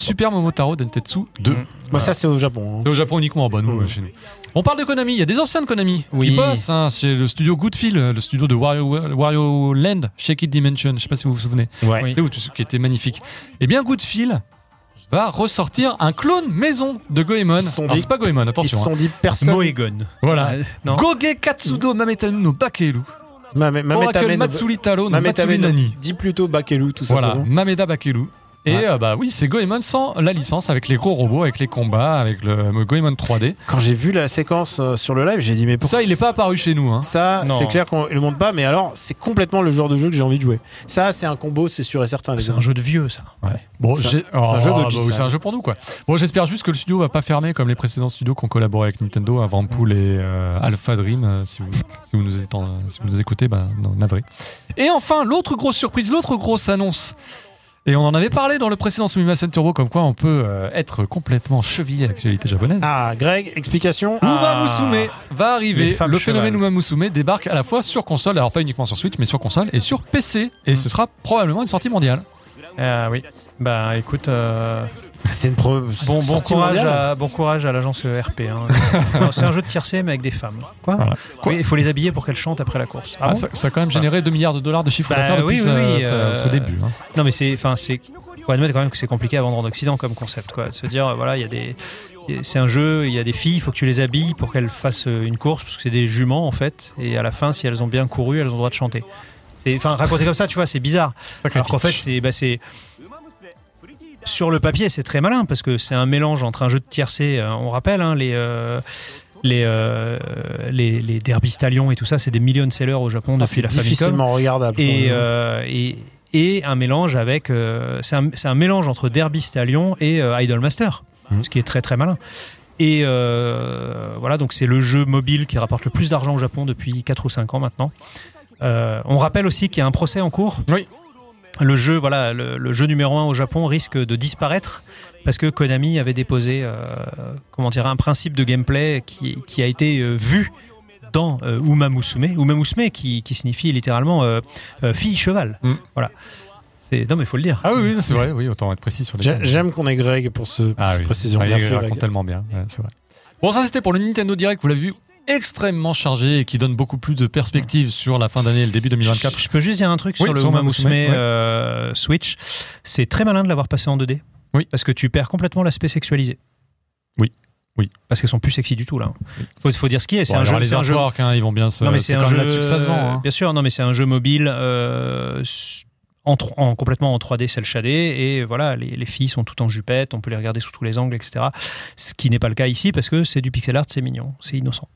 Super Momotaro Dentetsu 2.
Mm.
Moi ça c'est au Japon. hein.
C'est au Japon uniquement, en bas nous,
Mm.
euh, chez nous. On parle de Konami, il y a des anciens de Konami qui
Oui.
bossent hein, chez le studio Goodfield, euh, le studio de Wario, Wario Land, Shake It Dimension, je sais pas si vous vous souvenez.
Ouais.
C'est où, tout ce qui était magnifique. Eh bien, Goodfield va ressortir un clone maison de Goemon.
Ils se sont
Alors,
dit-
c'est pas Goemon,
Ils Ah, se
attention. hein.
sont dit
euh,
personne.
Moegon.
Voilà.
Non.
Goge Katsudo Mametanu no Bakelu.
Mame- Mame-
Oracle
Mame-
Matsuri Taro no
Mame-
Matsuri
Mame-
Nani.
Dis plutôt Bakelu tout
Voilà,
simplement.
Mameda Bakelu. Et
Ouais.
euh, bah oui, c'est Goemon sans la licence, avec les gros robots, avec les combats, avec le le Goemon 3D.
Quand j'ai vu la séquence euh, sur le live, j'ai dit mais pourquoi
Ça, il est pas apparu chez nous. Hein.
ça,
Non.
c'est clair qu'on le montre pas, mais alors c'est complètement le genre de jeu que j'ai envie de jouer. Ça, c'est un combo, c'est sûr et certain. les
C'est un
gars.
jeu de vieux, ça.
Ouais. Bon,
C'est un-
j'ai-
c'est un jeu hein. de
bah oui,
Jitsu.
c'est un jeu pour nous quoi. Bon, j'espère juste que le studio va pas fermer comme les précédents studios qu'on collaboré avec Nintendo, Avampool et euh, Alpha Dream. euh, si, vous, si vous nous êtes en- si vous nous écoutez, bah, non, navré. Et enfin, l'autre grosse surprise, l'autre grosse annonce. Et on en avait parlé dans le précédent Sumimasen Turbo, comme quoi on peut euh, être complètement chevillé à l'actualité japonaise.
Ah, Greg, explication.
Uma
Ah.
Musume va
Les
arriver.
femmes
Le phénomène
cheval.
Uma Musume débarque à la fois sur console, alors pas uniquement sur Switch, mais sur console et sur PC.
Mmh.
Et ce sera probablement une sortie mondiale.
Ah oui. Bah écoute, euh,
Ah,
C'est une preuve.
bon, bon,
sortie
courage
mondiale.
à, bon courage à l'agence RP. hein. Non, c'est un jeu de tiercé mais avec des femmes. Quoi
Voilà.
Oui, Il faut les habiller pour qu'elles chantent après la course. Ah
Ah,
bon
ça, ça a quand même généré 2 milliards de dollars de chiffre
Bah
d'affaires
oui,
depuis
oui,
euh,
oui,
ce,
euh,
ce début. hein.
Non mais c'est, enfin c'est, faut admettre quand même que c'est compliqué à vendre en Occident comme concept, quoi. De Se dire, euh, voilà, il y a des, y a- c'est un jeu, il y a des filles, il faut que tu les habilles pour qu'elles fassent euh, une course, parce que c'est des juments en fait. Et à la fin, si elles ont bien couru, elles ont le droit de chanter. C'est, enfin, raconter comme ça, tu vois, c'est bizarre. Alors qu'en fait, c'est, bah, c'est sur le papier, c'est très malin parce que c'est un mélange entre un jeu de tiercé. euh, on rappelle hein, les. euh, les, euh, les, les Derby Stallions et tout ça, c'est des million sellers au Japon
Ah,
depuis
c'est
la Famicom
difficilement regardable.
et, euh, et, et un mélange avec. euh, c'est un, c'est un mélange entre Derby Stallion et euh, Idolmaster,
Mhm.
ce qui est très très malin. Et euh, voilà, donc c'est le jeu mobile qui rapporte le plus d'argent au Japon depuis 4 ou 5 ans maintenant. Euh, on rappelle aussi qu'il y a un procès en cours.
Oui.
Le jeu, voilà, le, le jeu numéro 1 au Japon risque de disparaître parce que Konami avait déposé, euh, comment dire, un principe de gameplay qui, qui a été euh, vu dans euh, Umamusume. Umamusume qui, qui signifie littéralement euh, euh, fille cheval.
Mm.
Voilà. C'est, non, mais il faut le dire.
Ah oui, oui, c'est vrai, oui, autant être précis sur les
J'ai- J'aime qu'on ait Greg pour, ce, pour
Ah
cette
oui.
précision.
Ouais, il
Merci,
raconte
Greg.
tellement bien, Ouais, c'est vrai. Bon, ça c'était pour le Nintendo Direct, vous l'avez vu, extrêmement chargé et qui donne beaucoup plus de perspectives sur la fin d'année et le début 2024.
Je, je peux juste dire un truc
Oui,
sur le
sur
Umamusume
Umamusume, ouais.
euh, Switch. C'est très malin de l'avoir passé en 2D.
Oui.
Parce que tu perds complètement l'aspect sexualisé.
Oui. Oui.
Parce qu'elles sont plus sexy du tout là. hein. Faut, faut dire ce qui est. C'est
Bon,
un
alors,
jeu.
les
c'est un jeu-
artworks, hein, ils vont bien se.
non mais c'est un
quand même
jeu euh,
là-dessus que ça se vend. hein.
Bien sûr, non mais c'est un jeu mobile euh, s- en, tro- en- complètement en 3D cel shadé et voilà, les, les filles sont toutes en jupette, on peut les regarder sous tous les angles, etc. Ce qui n'est pas le cas ici parce que c'est du pixel art, c'est mignon, c'est innocent.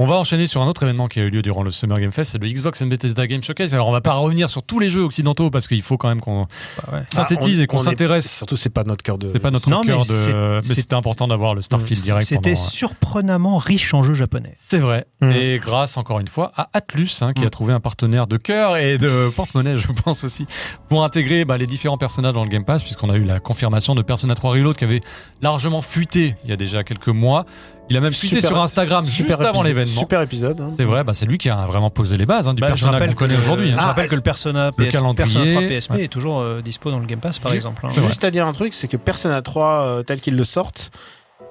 On va enchaîner sur un autre événement qui a eu lieu durant le Summer Game Fest, c'est le Xbox and Bethesda Game Showcase. Alors on va pas revenir sur tous les jeux occidentaux parce qu'il faut quand même qu'on
Bah, ouais.
synthétise
Ah, on-
et qu'on
on est-
s'intéresse.
Surtout, c'est pas notre cœur de.
C'est pas notre
Non, mais
cœur
c'est-
de. Mais
c'est- Mm.
c'était important d'avoir le Starfield direct.
C'était
pendant, euh,
surprenamment riche en jeux japonais.
C'est vrai.
Mm.
Et grâce encore une fois à Atlus, hein, qui
Mm.
a trouvé un partenaire de cœur et de porte-monnaie, je pense aussi, pour intégrer bah, les différents personnages dans le Game Pass, puisqu'on a eu la confirmation de Persona 3 Reload qui avait largement fuité il y a déjà quelques mois. Il a même fuité
Super-
sur Instagram juste
Super
avant
épisode-
l'événement.
Super épisode. hein.
C'est vrai, bah, c'est lui qui a vraiment posé les bases hein, du
Bah, je
personnage
rappelle
qu'on connaît
que-
aujourd'hui. hein.
Je
Ah,
rappelle que le Persona, PS,
calendrier,
Persona 3 PSP
ouais.
est toujours euh, dispo dans le Game Pass par
Ju-
exemple. hein.
Juste à dire un truc, c'est que Persona 3, euh, tel qu'ils le sortent,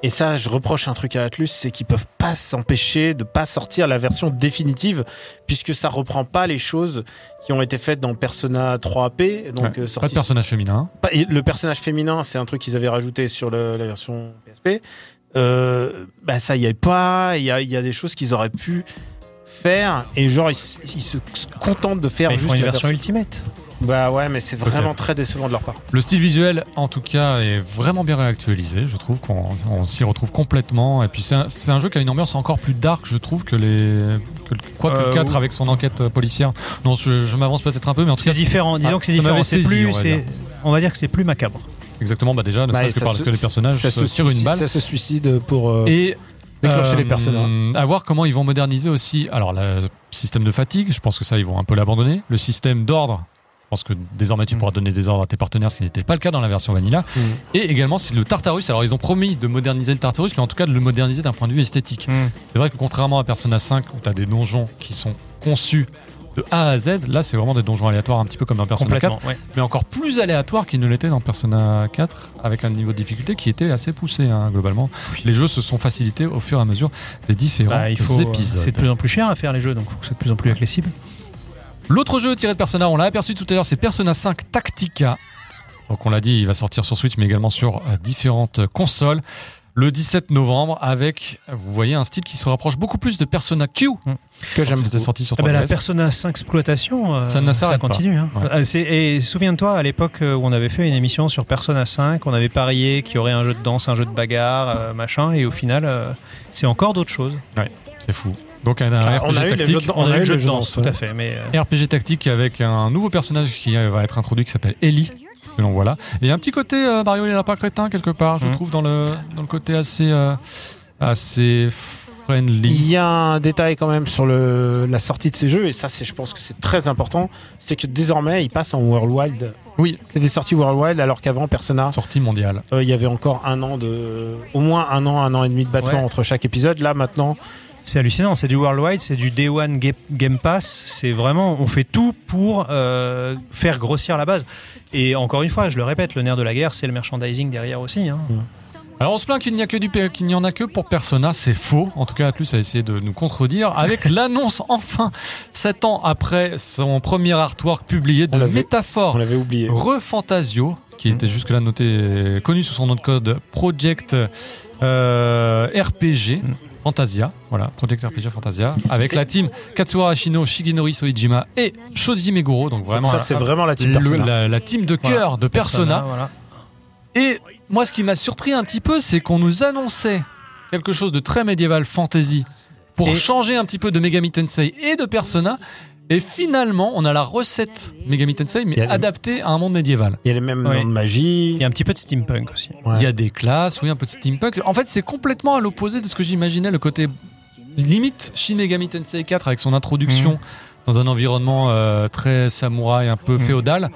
et ça, je reproche un truc à Atlus, c'est qu'ils peuvent pas s'empêcher de pas sortir la version définitive, puisque ça reprend pas les choses qui ont été faites dans Persona 3P. Donc,
Ouais.
euh,
Pas de
sorti-
personnage féminin.
pas- et le personnage féminin, c'est un truc qu'ils avaient rajouté sur le- la version PSP. Euh, bah, ça y est pas, il y a, il y a des choses qu'ils auraient pu faire, et genre, ils, s- ils se contentent de faire
Mais ils
juste
font une
la
version
version-
Ultimate.
Bah ouais, mais c'est vraiment très décevant de leur part.
Le style visuel, en tout cas, est vraiment bien réactualisé. Je trouve qu'on on s'y retrouve complètement. Et puis, c'est un, c'est un jeu qui a une ambiance encore plus dark, je trouve, que les. Que, le- quoi que
Euh,
le 4
oui.
avec son enquête euh, policière. Non, je, je m'avance peut-être un peu, mais en tout
C'est
cas,
différent. Disons
Ah,
que c'est
ça m'avait
différent. C'est
saisi,
plus.
on va
c'est-
dire.
On va dire que c'est plus macabre.
exactement, bah déjà, ne
Bah,
serait-ce que
ça
parce
se-
que les personnages
ça
se tirent une
suicide-
balle.
Ça se suicide pour euh,
Et euh,
déclencher les personnages.
personnages. À voir comment ils vont moderniser aussi. Alors, le système de fatigue, je pense que ça, ils vont un peu l'abandonner. Le système d'ordre, je pense que désormais, tu
Mm.
pourras donner des ordres à tes partenaires, ce qui n'était pas le cas dans la version Vanilla.
Mm.
Et également, c'est le Tartarus. Alors, ils ont promis de moderniser le Tartarus, mais en tout cas de le moderniser d'un point de vue esthétique. C'est vrai que contrairement à Persona 5, où tu as des donjons qui sont conçus de A à Z, là, c'est vraiment des donjons aléatoires, un petit peu comme dans Persona 4,
Complètement. ouais.
mais encore plus aléatoires qu'ils ne l'étaient dans Persona 4, avec un niveau de difficulté qui était assez poussé, hein, globalement. Les jeux se sont facilités au fur et à mesure des différents
Bah, il faut. euh,
épisodes.
C'est de plus en plus cher à faire les jeux, donc il faut que c'est de plus en plus accessible.
L'autre jeu tiré de Persona, on l'a aperçu tout à l'heure, c'est Persona 5 Tactica. Donc on l'a dit, il va sortir sur Switch, mais également sur euh, différentes consoles. Le 17 novembre, avec, vous voyez, un style qui se rapproche beaucoup plus de Persona Q,
Hmm.
Que
qui
j'aime
était
beaucoup.
sorti sur
Ah bah,
3DS.
la Persona 5 exploitation, euh,
Ça ne s'arrête pas.
continue. hein.
Ouais.
Euh, c'est- et souviens-toi, à l'époque euh, où on avait fait une émission sur Persona 5, on avait parié qu'il y aurait un jeu de danse, un jeu de bagarre, euh, machin, et au final, euh, c'est encore d'autres choses.
C'est fou. Donc un, un
Ah, on
RPG
a eu les
tactique.
jeux de- On a eu
le
le
jeu de
jeu de
danse,
danse,
tout à
ouais.
fait, mais euh,
RPG tactique avec un nouveau personnage qui euh, va être introduit qui s'appelle Ellie, que l'on voit là. Et un petit côté euh, Mario et pas crétin quelque part, je
Mmh.
Mhm.
trouve, dans le, dans le côté assez, euh, assez friendly.
Il y a un détail quand même sur le, la sortie de ces jeux, et ça, c'est, je pense que c'est très important. C'est que désormais, ils passent en Worldwide.
Oui,
C'est des sorties Worldwide, alors qu'avant, Persona,
sortie mondiale.
euh, il y avait encore un an de. Au moins un an, un an et demi de battement
Ouais.
entre chaque épisode. Là, maintenant,
c'est hallucinant. C'est du Worldwide, c'est du Day One Ga- Game Pass. C'est vraiment, on fait tout pour euh, faire grossir la base. Et encore une fois, je le répète, le nerf de la guerre, c'est le merchandising derrière aussi. hein.
Alors on se plaint qu'il n'y a que du P- qu'il n'y en a que pour Persona, c'est faux. En tout cas, Atlus a essayé de nous contredire avec l'annonce enfin 7 ans après son premier artwork publié de
On l'avait- on
Métaphore
l'avait oublié.
Oh, Refantasio qui
Mhm.
était jusque-là noté euh, connu sous son nom de code Project euh, RPG
Mhm.
Fantasia, voilà, Project RPG Fantasia avec la team Katsuhara Ashino, Shigenori Soejima et Shoji Meguro, donc vraiment
ça,
un-
c'est vraiment la team
le-
Persona.
la, la team de
Voilà.
cœur de Persona.
voilà.
Et moi, ce qui m'a surpris un petit peu, c'est qu'on nous annonçait quelque chose de très médiéval fantasy pour
Et-
changer un petit peu de Megami Tensei et de Persona. Et finalement, on a la recette Megami Tensei,
Il
mais
y a des-
adaptée à un monde médiéval.
Il y a les mêmes
Ouais.
noms de magie.
Il y a un petit peu de steampunk aussi.
Ouais.
Il y a des classes, oui, un petit steampunk. En fait, c'est complètement à l'opposé de ce que j'imaginais, le côté limite Shin Megami Tensei 4 avec son introduction
Mhm.
dans un environnement euh, très samouraï, un peu
Mhm.
féodal,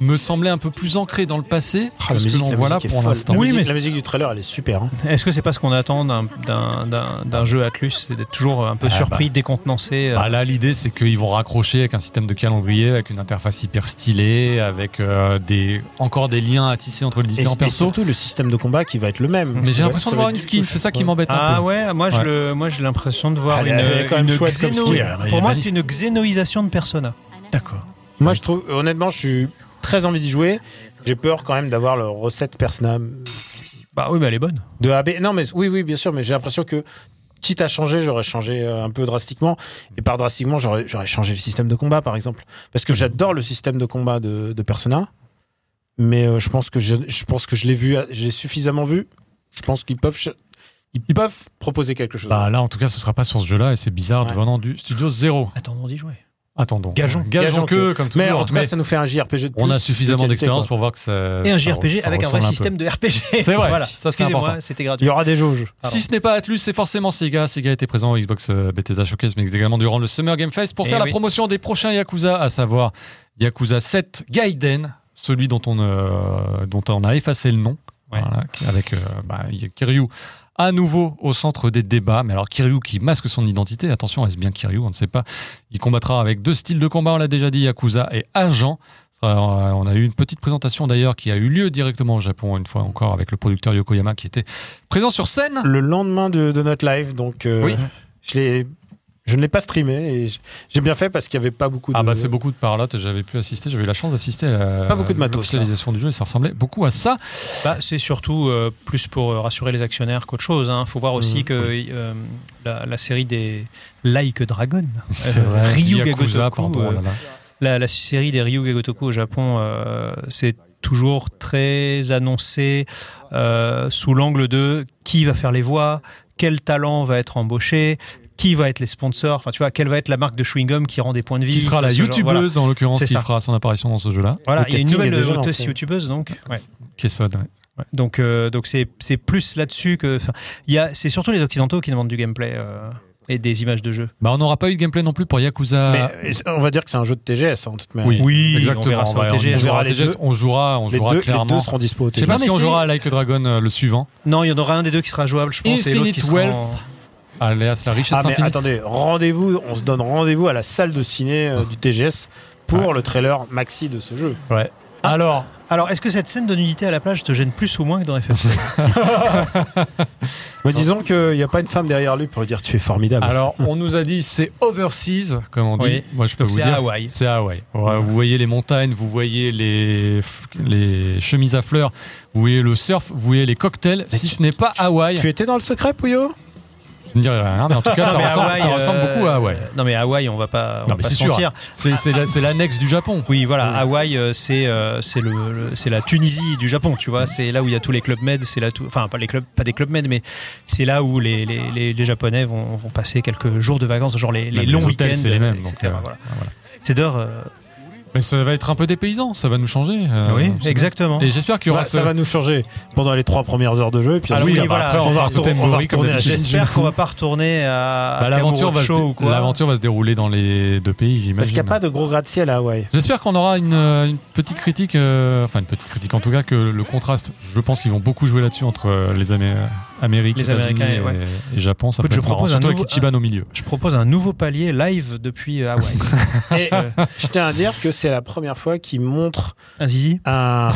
me semblait un peu plus ancré dans le passé
Ah,
que
la
ce que
musique,
l'on
la
voit là
musique est
pour
folle.
l'instant.
La,
Oui,
musique,
mais-
la musique du trailer, elle est super. hein.
Est-ce que c'est pas ce qu'on attend d'un- d'un d'un- d'un jeu Atlus C'est d'être toujours un peu
Ah,
surpris, décontenancé. euh,
Bah là, l'idée, c'est qu'ils vont raccrocher avec un système de calendrier, avec une interface hyper stylée, avec euh, des, encore des liens à tisser entre les
Et,
différents
et
persos.
surtout le système de combat qui va être le même.
Mais j'ai
Ça va-
l'impression de
ça va
voir
être
une
du
skin,
push,
c'est ça qui
quoi.
m'embête un
Ah
peu.
ouais, moi je
Ouais. Ah,
le, moi j'ai l'impression de voir
Elle est-
une,
elle est quand même
une
chouette comme
xéno-
style, elle est
Pour moi,
magnifique.
c'est une xénoïsation de Persona.
D'accord.
Moi, je trouve, honnêtement, je suis très envie d'y jouer. J'ai peur quand même d'avoir le recette Persona
Bah oui, mais elle est bonne.
de AB. Non, mais oui, oui, bien sûr, mais j'ai l'impression que quitte à changer, j'aurais changé euh, un peu drastiquement. Et par drastiquement, j'aurais j'aurais changé le système de combat, par exemple. Parce que j'adore le système de combat de, de Persona, mais euh, je pense que je, je pense que je l'ai vu, à- je l'ai suffisamment vu. Je pense qu'ils peuvent, ch- ils peuvent proposer quelque chose.
Bah là, en tout cas, ce sera pas sur ce jeu-là, et c'est bizarre,
Ouais.
venant du Studio Zéro.
Attends, on dit jouer.
Attendons.
Gageons.
Gageons
Gageons
que, comme toujours.
mais en tout cas,
Mais
ça nous fait un JRPG. De
on
plus,
a suffisamment
de qualité,
d'expérience
quoi.
pour voir que ça.
Et un
Euh, ça-
JRPG
ça
avec un vrai
ressemble peu.
système de RPG.
C'est vrai,
Voilà.
ça, c'est important.
Excusez-moi, c'était
Il
gratuit.
y aura des jauges.
Pardon.
Si ce n'est pas Atlus, c'est forcément Sega. Sega était présent au Xbox euh, Bethesda Showcase, mais également durant le Summer Game Fest pour
Eh
faire la
oui.
promotion des prochains Yakuza, à savoir Yakuza 7 Gaiden, celui dont on, euh, dont on a effacé le nom,
Ouais.
Voilà, qui- avec euh, bah, y- Kiryu à nouveau au centre des débats. Mais alors Kiryu qui masque son identité, attention, est-ce bien Kiryu On ne sait pas. Il combattra avec deux styles de combat, on l'a déjà dit, Yakuza et Agent. Ça, euh, On a eu une petite présentation d'ailleurs qui a eu lieu directement au Japon, une fois encore, avec le producteur Yokoyama qui était présent sur scène.
le lendemain de, de notre live, donc euh,
Oui.
je l'ai, je ne l'ai pas streamé et j- j'ai bien fait parce qu'il n'y avait pas beaucoup. De...
Ah bah c'est beaucoup de parlotte, j'avais pu assister, j'avais eu la chance d'assister à la-
Pas beaucoup de matos,
l'officialisation du jeu et ça ressemblait beaucoup à ça.
Bah, c'est surtout euh, plus pour euh, rassurer les actionnaires qu'autre chose. Il faut voir aussi
Mm.
Mhm.
que euh, la, la série des Like Dragon,
C'est
euh,
vrai,
Ryu
Yakuza,
Gagotoku,
pardon,
euh,
oh là là.
la, la série des Ryu Gagotoku au Japon, euh, c'est toujours très annoncé euh, sous l'angle de qui va faire les voix, quel talent va être embauché, qui va être les sponsors, enfin tu vois, quelle va être la marque de chewing-gum qui rend des points de vie.
qui sera la
ce genre-
youtubeuse
Voilà,
en l'occurrence
C'est
qui
ça.
fera son apparition dans ce jeu-là,
Voilà,
Le
il y a une
casting est
nouvelle
déjà
auteuse
lancé.
youtubeuse donc. ouais.
Kesson. ouais.
Ouais. Donc, euh, donc c'est, c'est plus là-dessus que. enfin, il y a- C'est surtout les Occidentaux qui demandent du gameplay euh, et des images de jeu.
Bah on n'aura pas eu de gameplay non plus pour Yakuza.
Mais euh, on va dire que c'est un jeu hein, de TGS en toute manière.
Ah. Oui,
Oui,
exactement.
on verra ça au
Ouais, on,
TGS.
On verra
jouera,
les
TGS,
deux.
on jouera, on
les,
jouera
deux, les
clairement.
deux seront Ah, dispo au
Je sais
TGS.
pas
Non,
si
mais
on
si.
jouera à Like a Dragon euh, le suivant,
Non, il y en aura un des deux qui sera jouable, je pense, et l'autre
Infinite
qui sera.
Wealth.
en-
alias la richesse
Ah mais
infinie.
attendez, rendez-vous, on se donne rendez-vous à la salle de ciné euh, du TGS pour le trailer maxi de ce jeu.
Ah. Ouais. Alors,
Alors, est-ce que cette scène de nudité à la plage te gêne plus ou moins que dans FF16
Mais disons qu'il n'y a pas une femme derrière lui pour lui dire tu es formidable.
alors on nous a dit c'est overseas, comme on dit.
Oui.
Moi je peux
Donc,
vous
c'est
dire.
à Hawaï.
C'est à Hawaï. Ouais, Vous voyez les montagnes, vous voyez les, les chemises à fleurs, vous voyez le surf, vous voyez les cocktails. si ce n'est pas Hawaï,
tu étais dans le secret, Pouillot
je ne dirais rien, mais en tout cas, ça,
Non, mais
ressemble,
Hawaï,
ça ressemble
euh,
beaucoup à Hawaï.
Non, mais Hawaï, on va pas, on
Non,
va
mais
pas
c'est
se
sûr.
mentir.
C'est- C'est la- c'est l'annexe du Japon.
Oui, voilà, Hawaï, euh, c'est euh, c'est le, le- c'est la Tunisie du Japon, tu vois. C'est là où il y a tous les clubs med, c'est là tout, enfin pas les clubs, pas des clubs med, mais c'est là où les, les, les, les Japonais vont, vont passer quelques jours de vacances, genre les, les
Même
longs
hôtels,
week-ends,
c'est les mêmes. donc,
etc.,
euh,
voilà.
voilà.
C'est d'heure. euh,
Mais ça va être un peu dépaysant, ça va nous changer. euh,
oui,
c'est-
exactement.
Et j'espère qu'il y aura
Bah, Ça va nous changer pendant les trois premières heures de jeu. Et
Ah
puis
Alors
ensuite,
oui,
bah,
voilà,
après, on
j'ai-
va
j'ai-
retourner- on va
j'ai-
retourner à
j'ai-
Shinjuku.
J'espère qu'on va pas retourner à
Bah, L'aventure va, se
Kamurocho
dé-
ou quoi.
l'aventure va se dérouler dans les deux pays, j'imagine.
Parce qu'il n'y a pas de gros gratte-ciel à Hawaï.
J'espère qu'on aura une, euh, une petite critique, euh, enfin une petite critique en tout cas, que le contraste, je pense qu'ils vont beaucoup jouer là-dessus entre euh, les Amé Amériques,
Les
États-Unis
Américains,
et,
ouais.
et Japon. Ça
Écoute,
peut
je
être marrant,
propose un
surtout
nouveau-
avec Ichiban au milieu.
Je propose un nouveau palier live depuis euh, Hawaï.
Et je tiens à dire que c'est la première fois qu'il montre
un Hein, zizi.
un.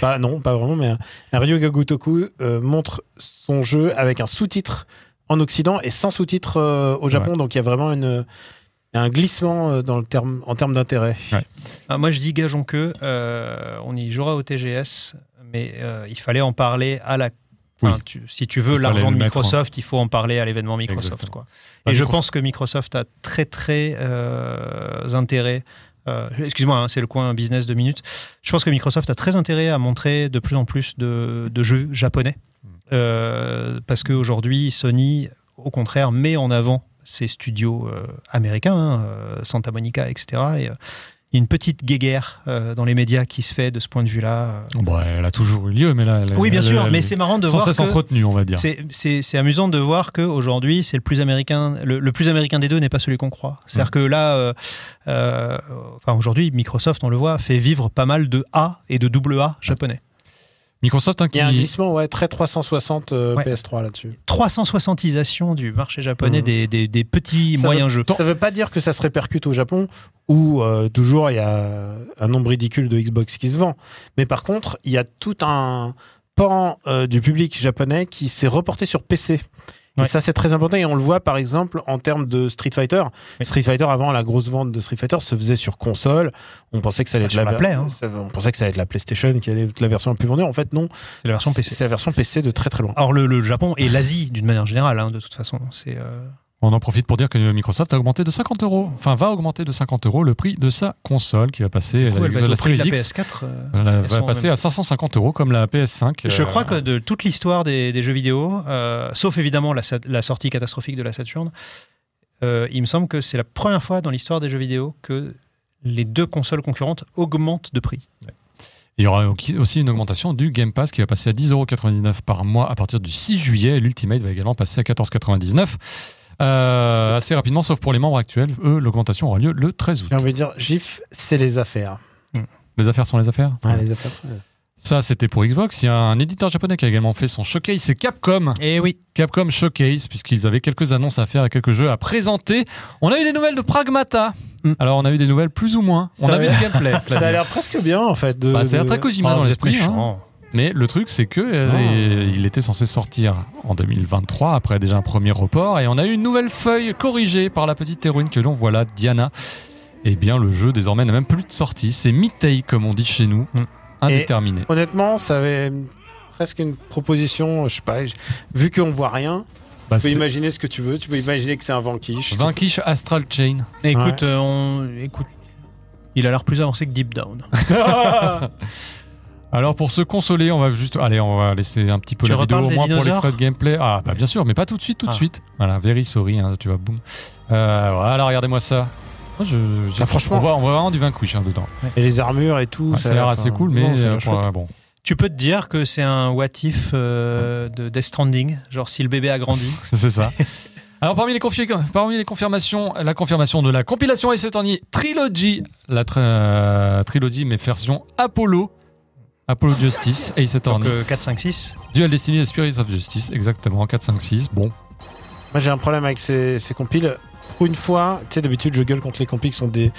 pas, non, pas vraiment, mais un, un Ryuga Gotoku euh, montre son jeu avec un sous-titre en Occident et sans sous-titre euh, au Japon. Donc il y a vraiment une, un glissement euh, dans le terme, en termes d'intérêt.
Ah, moi, je dis gageons que euh, on y jouera au TGS, mais euh, il fallait en parler à la. enfin,
Oui.
tu- si tu
Il
veux
fallait
l'argent
le
de
mettre en-
Microsoft, il faut en parler à l'événement Microsoft.
Exactement.
Quoi.
Pas
Et je
Microsoft.
pense que Microsoft a très très euh, intérêt. euh, Excuse-moi, hein, c'est le coin business de minutes. Je pense que Microsoft a très intérêt à montrer de plus en plus de, de jeux Mm. japonais, Euh, parce qu'aujourd'hui Sony, au contraire, met en avant ces studios euh, américains, hein, euh, Santa Monica, etc. Et, euh, il y a une petite guéguerre euh, dans les médias qui se fait de ce point de vue-là. Euh,
Bon, bah, elle a toujours eu lieu, mais là. elle-
Oui, bien
elle-
sûr,
elle-
mais c'est marrant de
sans
voir
cesse
que
entretenue, on va dire.
c'est- c'est c'est amusant de voir que aujourd'hui c'est le plus américain, le, le plus américain des deux n'est pas celui qu'on croit.
Mm.
C'est-à-dire que là, euh, euh, enfin aujourd'hui, Microsoft, on le voit, fait vivre pas mal de A et de double A japonais.
Microsoft hein, qui
Il y a un glissement, ouais, très 360 euh,
Ouais.
PS3 là-dessus.
360isation du marché japonais
Mhm.
Mm.
des, des- des petits
Ça
moyens jeux.
Ça veut pas dire que ça se répercute au Japon où euh, toujours il y a un nombre ridicule de Xbox qui se vend. Mais par contre, il y a tout un pan euh, du public japonais qui s'est reporté sur PC.
Ouais.
Et ça, c'est très important. Et on le voit, par exemple, en termes de Street Fighter.
Oui.
Street Fighter, avant, la grosse vente de Street Fighter se faisait sur console. On pensait que ça allait
Bah,
être
sur la Play, hein.
ça- on pensait que ça allait être la PlayStation qui allait être la version la plus vendue. En fait, non.
C'est la version
Ah,
PC.
C'est la version PC de très très loin.
Alors le, le Japon et l'Asie d'une manière générale, hein, de toute façon, c'est euh,
On en profite pour dire que Microsoft a augmenté de 50 euros, enfin va augmenter de 50 euros le prix de sa console qui va passer,
du coup, elle va
la,
être
la
au prix
Series
de la
X,
PS4. euh,
voilà,
sont
va
en
passer
même-
à 550 euros comme la PS5.
Je
euh,
crois que de toute l'histoire des, des jeux vidéo, euh, sauf évidemment la, sa- la sortie catastrophique de la Saturn, euh, il me semble que c'est la première fois dans l'histoire des jeux vidéo que les deux consoles concurrentes augmentent de prix.
Il y aura au- aussi une augmentation du Game Pass qui va passer à 10,99€ par mois à partir du 6 juillet. Et L'Ultimate va également passer à 14,99€. Euh, assez rapidement, sauf pour les membres actuels. Eux, l'augmentation aura lieu le 13 août.
J'ai envie de dire, GIF, c'est les affaires.
Les affaires sont les affaires
Ouais, les affaires. c'est-
Ça, c'était pour Xbox. Il y a un éditeur japonais qui a également fait son showcase, c'est Capcom.
Et Eh oui.
Capcom Showcase, puisqu'ils avaient quelques annonces à faire et quelques jeux à présenter. On a eu des nouvelles de Pragmata.
Mm.
Alors, on a eu des nouvelles plus ou moins. On
Ça
a vu
a
du gameplay. cela
Ça a
dit.
l'air presque bien en fait. De, Oh,
Bah, c'est
de-
très Kojima dans l'esprit. hein. Mais le truc, c'est que euh,
Ah.
et- il était censé sortir en 2023 après déjà un premier report et on a eu une nouvelle feuille corrigée par la petite héroïne que l'on voit là, Diana. Eh bien, le jeu désormais n'a même plus de sortie. C'est mi-taille comme on dit chez nous,
Mm.
indéterminé.
Honnêtement, ça avait presque une proposition, je sais pas, je- vu qu'on voit rien,
Bah,
tu peux
c'est
imaginer ce que tu veux, tu peux
c'est-
imaginer que c'est un vanquish.
Vanquish Astral Chain.
Écoute, euh, on- écoute, il a l'air plus avancé que Deep Down.
Alors pour se consoler, on va juste, allez, on va laisser un petit peu
Tu
la vidéo
reparles
au
des
moins pour
dinosaures
l'extrait de gameplay. Ah bah bien sûr, mais pas tout de suite, tout de
Ah.
suite. Voilà, very sorry, hein, tu vas boum. Euh, voilà, regardez-moi ça. Moi, je, j'ai-
Ah, franchement.
on voit, on voit vraiment du Vanquish hein, dedans.
Et les armures et tout,
Ouais, Ah, ça a l'air
enfin,
assez cool,
non,
mais
ça a l'air
euh,
chouette.
pour- bon.
Tu peux te dire que c'est un what if euh, de Death Stranding, genre si le bébé a grandi.
C'est ça. Alors parmi les, confi- parmi les confirmations, la confirmation de la compilation et cette Trilogy, la tr- euh, trilogie mais version Apollo, Apollo Justice, Ace
Donc
Attorney,
euh, 4, 5, 6.
Duel Destiny et Spirits of Justice, exactement, 4, 5, 6, bon.
Moi j'ai un problème avec ces, ces compiles. Pour une fois, tu sais, d'habitude je gueule contre les compiles qui sont, des,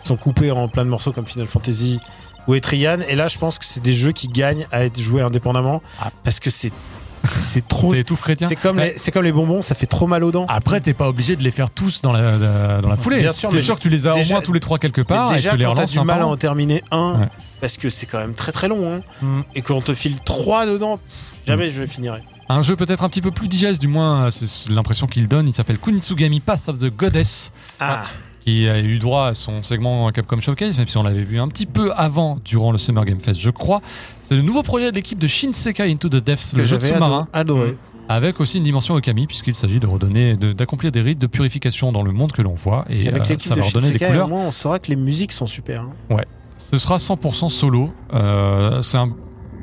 qui sont coupés en plein de morceaux comme Final Fantasy ou Etrian, et là je pense que c'est des jeux qui gagnent à être joués indépendamment
Ah.
parce que c'est c'est trop.
T'es tout chrétien.
C'est comme, les- c'est comme les bonbons, ça fait trop mal aux dents.
Après, t'es pas obligé de les faire tous dans la, la- dans la foulée.
Bien sûr,
T'es
mais
sûr que tu les as au
déjà-
moins tous les trois quelque
Mais
part
déjà,
et tu les
quand t'as
relances
du
un
mal à
par
en
un.
terminer un,
Ouais.
parce que c'est quand même très très long, hein,
Mm.
et qu'on te file trois dedans, pff, jamais
Mm.
je finirai.
Un jeu peut-être un petit peu plus digeste, du moins, euh, c'est l'impression qu'il donne. Il s'appelle Kunitsugami Path of the Goddess.
Ah,
qui a eu droit à son segment Capcom Showcase, même si on l'avait vu un petit peu avant durant le Summer Game Fest, je crois. C'est le nouveau projet de l'équipe de Shinsekai Into the Depths, le jeu de sous-marin, Mm.
adoré.
avec aussi une dimension Okami, puisqu'il s'agit de redonner, de- d'accomplir des rites de purification dans le monde que l'on voit, et
avec
euh,
l'équipe
ça
de
va redonner des
Shinsekai, au
couleurs.
moins on saura que les musiques sont super. hein.
Ce sera 100% solo. Euh, c'est un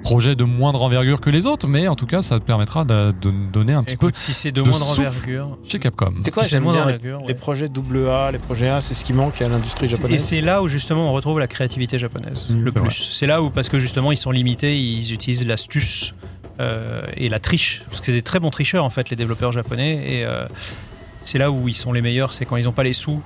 projet de moindre envergure que les autres, mais en tout cas, ça te permettra de, de donner un petit
Écoute, si c'est de,
de
moindre
souffle.
envergure.
peu chez Capcom.
C'est quoi
si c'est de
J'aime
moindre
bien les,
envergure,
les
ouais.
projets AA, les projets A, c'est ce qui manque à l'industrie
Et
japonaise.
c'est là où justement on retrouve la créativité japonaise
Mmh,
le
c'est vrai.
plus. C'est là où parce que justement ils sont limités, ils utilisent l'astuce euh, et la triche. Parce que c'est des très bons tricheurs en fait les développeurs japonais. Et euh, c'est là où ils sont les meilleurs, c'est quand ils n'ont pas les sous.